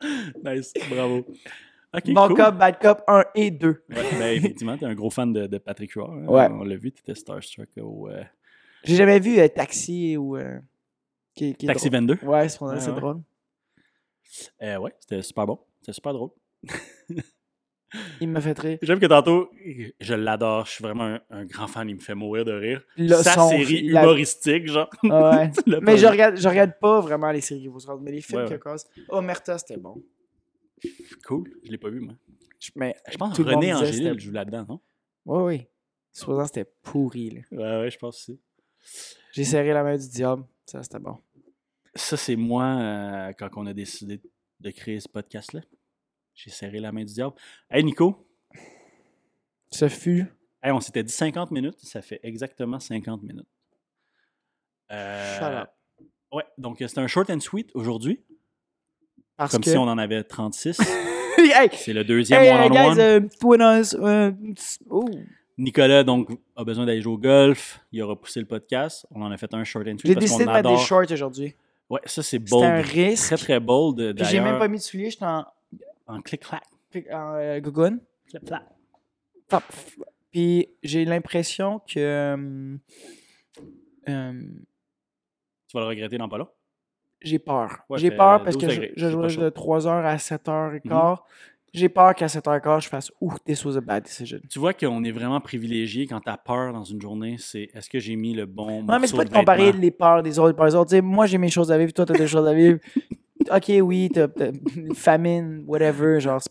c'est- Nice, bravo. Ok,
bon
cool.
Cop, Bad Cop 1 et 2.
Ouais, ben, effectivement, t'es un gros fan de, de Patrick Huard. hein.
Ouais.
On l'a vu, t'étais Starstruck au euh,
J'ai jamais vu euh, Taxi ou. euh, qui, qui est
Taxi
drôle.
22.
Ouais, c'est pour-
Ouais,
c'est
ouais.
drôle.
Euh, ouais, c'était super bon. C'était super drôle.
Il me fait rire.
J'aime que tantôt, je l'adore, je suis vraiment un, un grand fan, il me fait mourir de rire.
Puis là,
Sa
son-
série
la-
humoristique, genre.
Ah ouais.
tu l'as pas
Mais je
vu.
regarde, je regarde pas vraiment les séries québécoises, mais les films
Ouais,
que
ouais.
cause. Omerta, c'était bon.
Cool, je l'ai pas vu, moi.
Je- Mais
Je pense
Tout
que
le monde
René
disait c'était-
Angélil joue là-dedans, non?
Oui, oui. Supposant que c'était pourri, là.
Ouais, ouais, je pense aussi.
J'ai serré la main du diable. Ça, c'était bon.
Ça, c'est moi euh, quand on a décidé de créer ce podcast-là. J'ai serré la main du diable. Hey Nico,
Ce fut.
hey, on s'était dit 50 minutes. Ça fait exactement 50 minutes. Euh,
Shut up.
Ouais, donc euh, c'est un short and sweet aujourd'hui.
Parce
Comme
que.
si on en avait 36.
hey,
c'est le deuxième
hey,
one-on-one.
guys, euh, when I was, euh, it's- oh.
Nicolas, donc, a besoin d'aller jouer au golf. Il a repoussé le podcast. On en a fait un short and
J'ai
sweet parce
décidé
qu'on
de mettre des
adore.
shorts aujourd'hui.
Ouais, ça, c'est
C'était un
bold.
risque.
Très, très bold. euh,
Puis j'ai même
D'ailleurs,
pas mis de souliers, j'étais en,
en clic-clac.
en euh, gougoune.
clic-clac.
Pop. Puis j'ai l'impression que. euh, euh,
Tu vas le regretter dans pas long.
j'ai peur.
Ouais,
j'ai
fait
peur parce
12
que je,
degrés,
je
c'est pas
jouerai
chaud. Mhm.
de 3h à 7h15. J'ai peur qu'à 7h15, je fasse Ouh, this was a bad decision.
Tu vois qu'on est vraiment privilégié quand t'as peur dans une journée. C'est est-ce que j'ai mis le bon.
Non, mais c'est
morceau
pas de
de
comparer
vêtement?
les peurs des autres par les autres. Tu sais, moi, j'ai mes choses à vivre, toi, t'as des choses à vivre. Ok, oui, t'as t'as une famine, whatever. Genre, c'est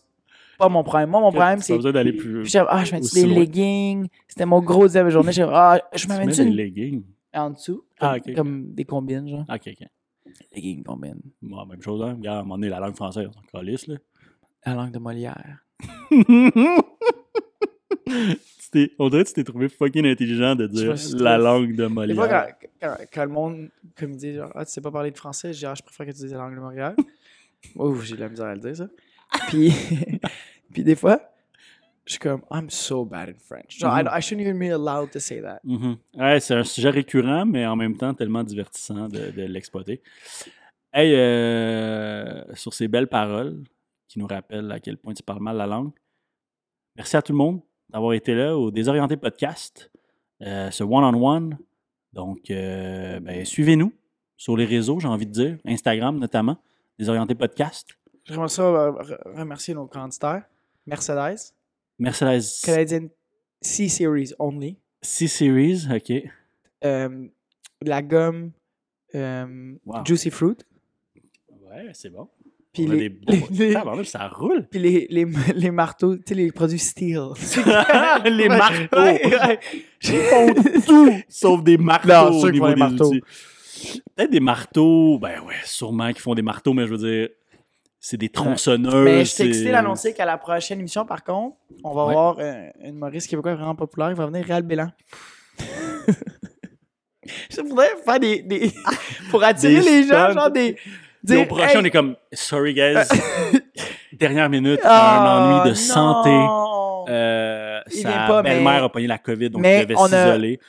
pas mon problème. Moi, mon problème,
T'as
c'est.
besoin d'aller plus.
Puis j'étais, Ah, je mets
Aussi
des
loin.
leggings. C'était mon gros début de journée. J'étais, Ah, je
Tu
me
mets
mets
des
une
leggings.
en dessous.
Ah,
comme-
ok, ok.
Comme des combines, genre.
Ok, ok.
Leggings, combines.
Bon, même chose, hein. Regarde, à un moment donné, la langue française, on s'en calisse, là.
La langue de Molière.
Tu t'es- on dirait que tu t'es trouvé fucking intelligent de
Je
dire
me suis
la
trouvé-
langue de
Des fois, quand,
Molière.
quand, quand le monde, comme il dit, genre, ah, tu sais pas parler de français, je dis, ah, je préfère que tu dises la langue de Montréal. Ouf, j'ai de la misère à le dire, ça. Puis, puis des fois, je suis comme, I'm so bad in French. Genre, I-
Mhm.
I, shouldn't even be allowed to say that.
Mhm. Ouais, c'est un sujet récurrent, mais en même temps tellement divertissant de, de l'exploiter. Hey, euh, sur ces belles paroles qui nous rappellent à quel point tu parles mal la langue, merci à tout le monde d'avoir été là au Désorienté Podcast, euh, ce one-on-one. Donc, euh, ben, suivez-nous sur les réseaux, j'ai envie de dire, Instagram notamment, Désorienté Podcast,
J'aimerais ça euh, re- remercier nos commanditaires. Mercedes,
Mercedes
Canadian C-Series only.
C-Series, ok.
Euh, la gomme euh,
Wow.
Juicy Fruit.
Ouais, c'est bon.
Puis
On a
les,
des
les-
Ah, beaux- Tabarnak, ça roule.
puis les, les, les marteaux, tu sais, les produits steel.
les
Ouais,
marteaux.
ouais, ouais.
Ils font tout sauf des marteaux
Non,
au
ceux qui
niveau
font les
des
marteaux.
outils. Peut-être des marteaux, ben ouais, sûrement qu'ils font des marteaux, mais je veux dire, c'est des tronçonneuses.
Mais Ben, je suis
c'est-
excité d'annoncer qu'à la prochaine émission, par contre, on va
Ouais.
avoir euh, une humoriste québécoise vraiment populaire qui va venir Réal Bélan. je voudrais faire des. des- pour attirer les
Des
gens,
stunts.
genre des.
Puis
dire,
au prochain,
hey,
on est comme, sorry guys, dernière minute,
ah,
un ennui
non.
de santé. Euh,
Il
sa
vient pas, mais-
belle-mère a pogné la COVID, donc
mais
il devait
on a-
s'isoler.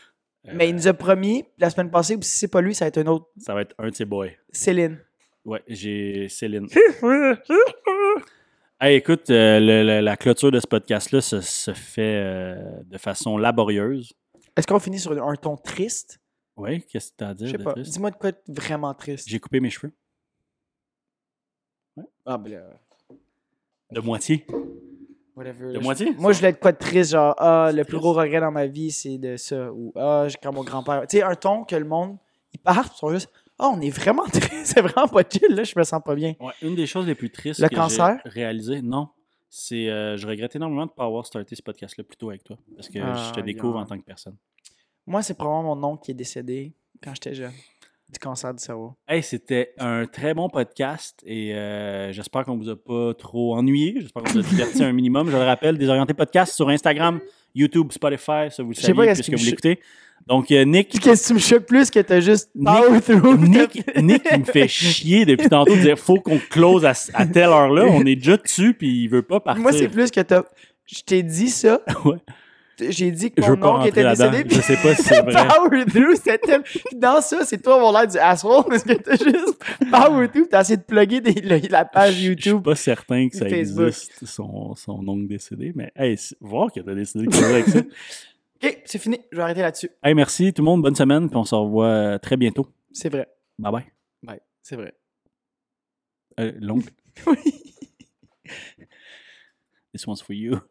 Euh,
Mais il nous a promis, la semaine passée, puis si c'est pas lui, ça va être un autre
Ça va être un de ses boys.
Céline.
Ouais, j'ai Céline. Hey, écoute, euh, le- le- la clôture de ce podcast-là se, se fait euh, de façon laborieuse.
Est-ce qu'on finit sur un ton triste?
Oui, qu'est-ce que t'as à
Je
dire
sais
de
pas.
triste?
Dis-moi de quoi de vraiment triste.
J'ai coupé mes cheveux.
Ah, ben là,
De moitié.
whatever.
De
là, je-
moitié?
Moi, je voulais être quoi de triste, genre, ah, le plus
Triste.
gros regret dans ma vie, c'est de ça, ou ah, j'ai- quand mon grand-père. Tu sais, un ton que le monde, ils partent, ils sont juste, ah, on est vraiment triste, c'est vraiment pas chill, là, je me sens pas bien.
Ouais, une des choses les plus tristes
Le
que
cancer?
j'ai réalisé, non, c'est euh, je regrette énormément de ne pas avoir starté ce podcast-là plus tôt avec toi. Parce que
Ah,
je te
yeah.
découvre en tant que personne.
Moi, c'est probablement mon oncle qui est décédé quand j'étais jeune, du cancer du cerveau.
Hey, c'était un très bon podcast et euh, j'espère qu'on vous a pas trop ennuyé. J'espère qu'on vous a diverti un minimum. Je le rappelle, Désorienté Podcast sur Instagram, YouTube, Spotify, ça vous le
Je sais
savez
pas qu'est-ce
puisque
qui
vous
me-
l'écoutez. Donc, euh, Nick,
Qu'est-ce qui me choque plus que t'as juste
Nick-
power through?
Nick, Nick, il me fait chier depuis tantôt de dire faut qu'on close à, à telle heure-là. On est déjà dessus puis il veut pas partir.
Moi, c'est plus que t'as. Je t'ai dit ça.
Ouais.
J'ai dit que
Je veux
mon
pas
oncle
rentrer
était
là-dedans.
décédé.
Je
puis
sais pas si c'est vrai.
Power through, c'était tellement- Dans ça, c'est toi mon l'air du asshole parce que t'as juste power through, t'as essayé de plugger des- le- la
Je-
page
Je suis
YouTube.
pas certain que ça
Facebook.
existe, son, son oncle décédé, mais hey, c'est- voir que t'as décidé de closer avec ça.
Ok, c'est fini, je vais arrêter là-dessus.
Hey, merci tout le monde, bonne semaine, puis on se revoit euh, très bientôt.
C'est vrai.
Bye bye.
Ouais, c'est vrai.
Euh, l'oncle.
Oui.
This one's for you.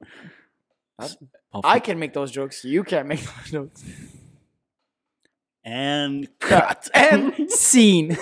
Ah. I
Parfait.
can make those jokes, you can make those jokes.
And cut.
And scene.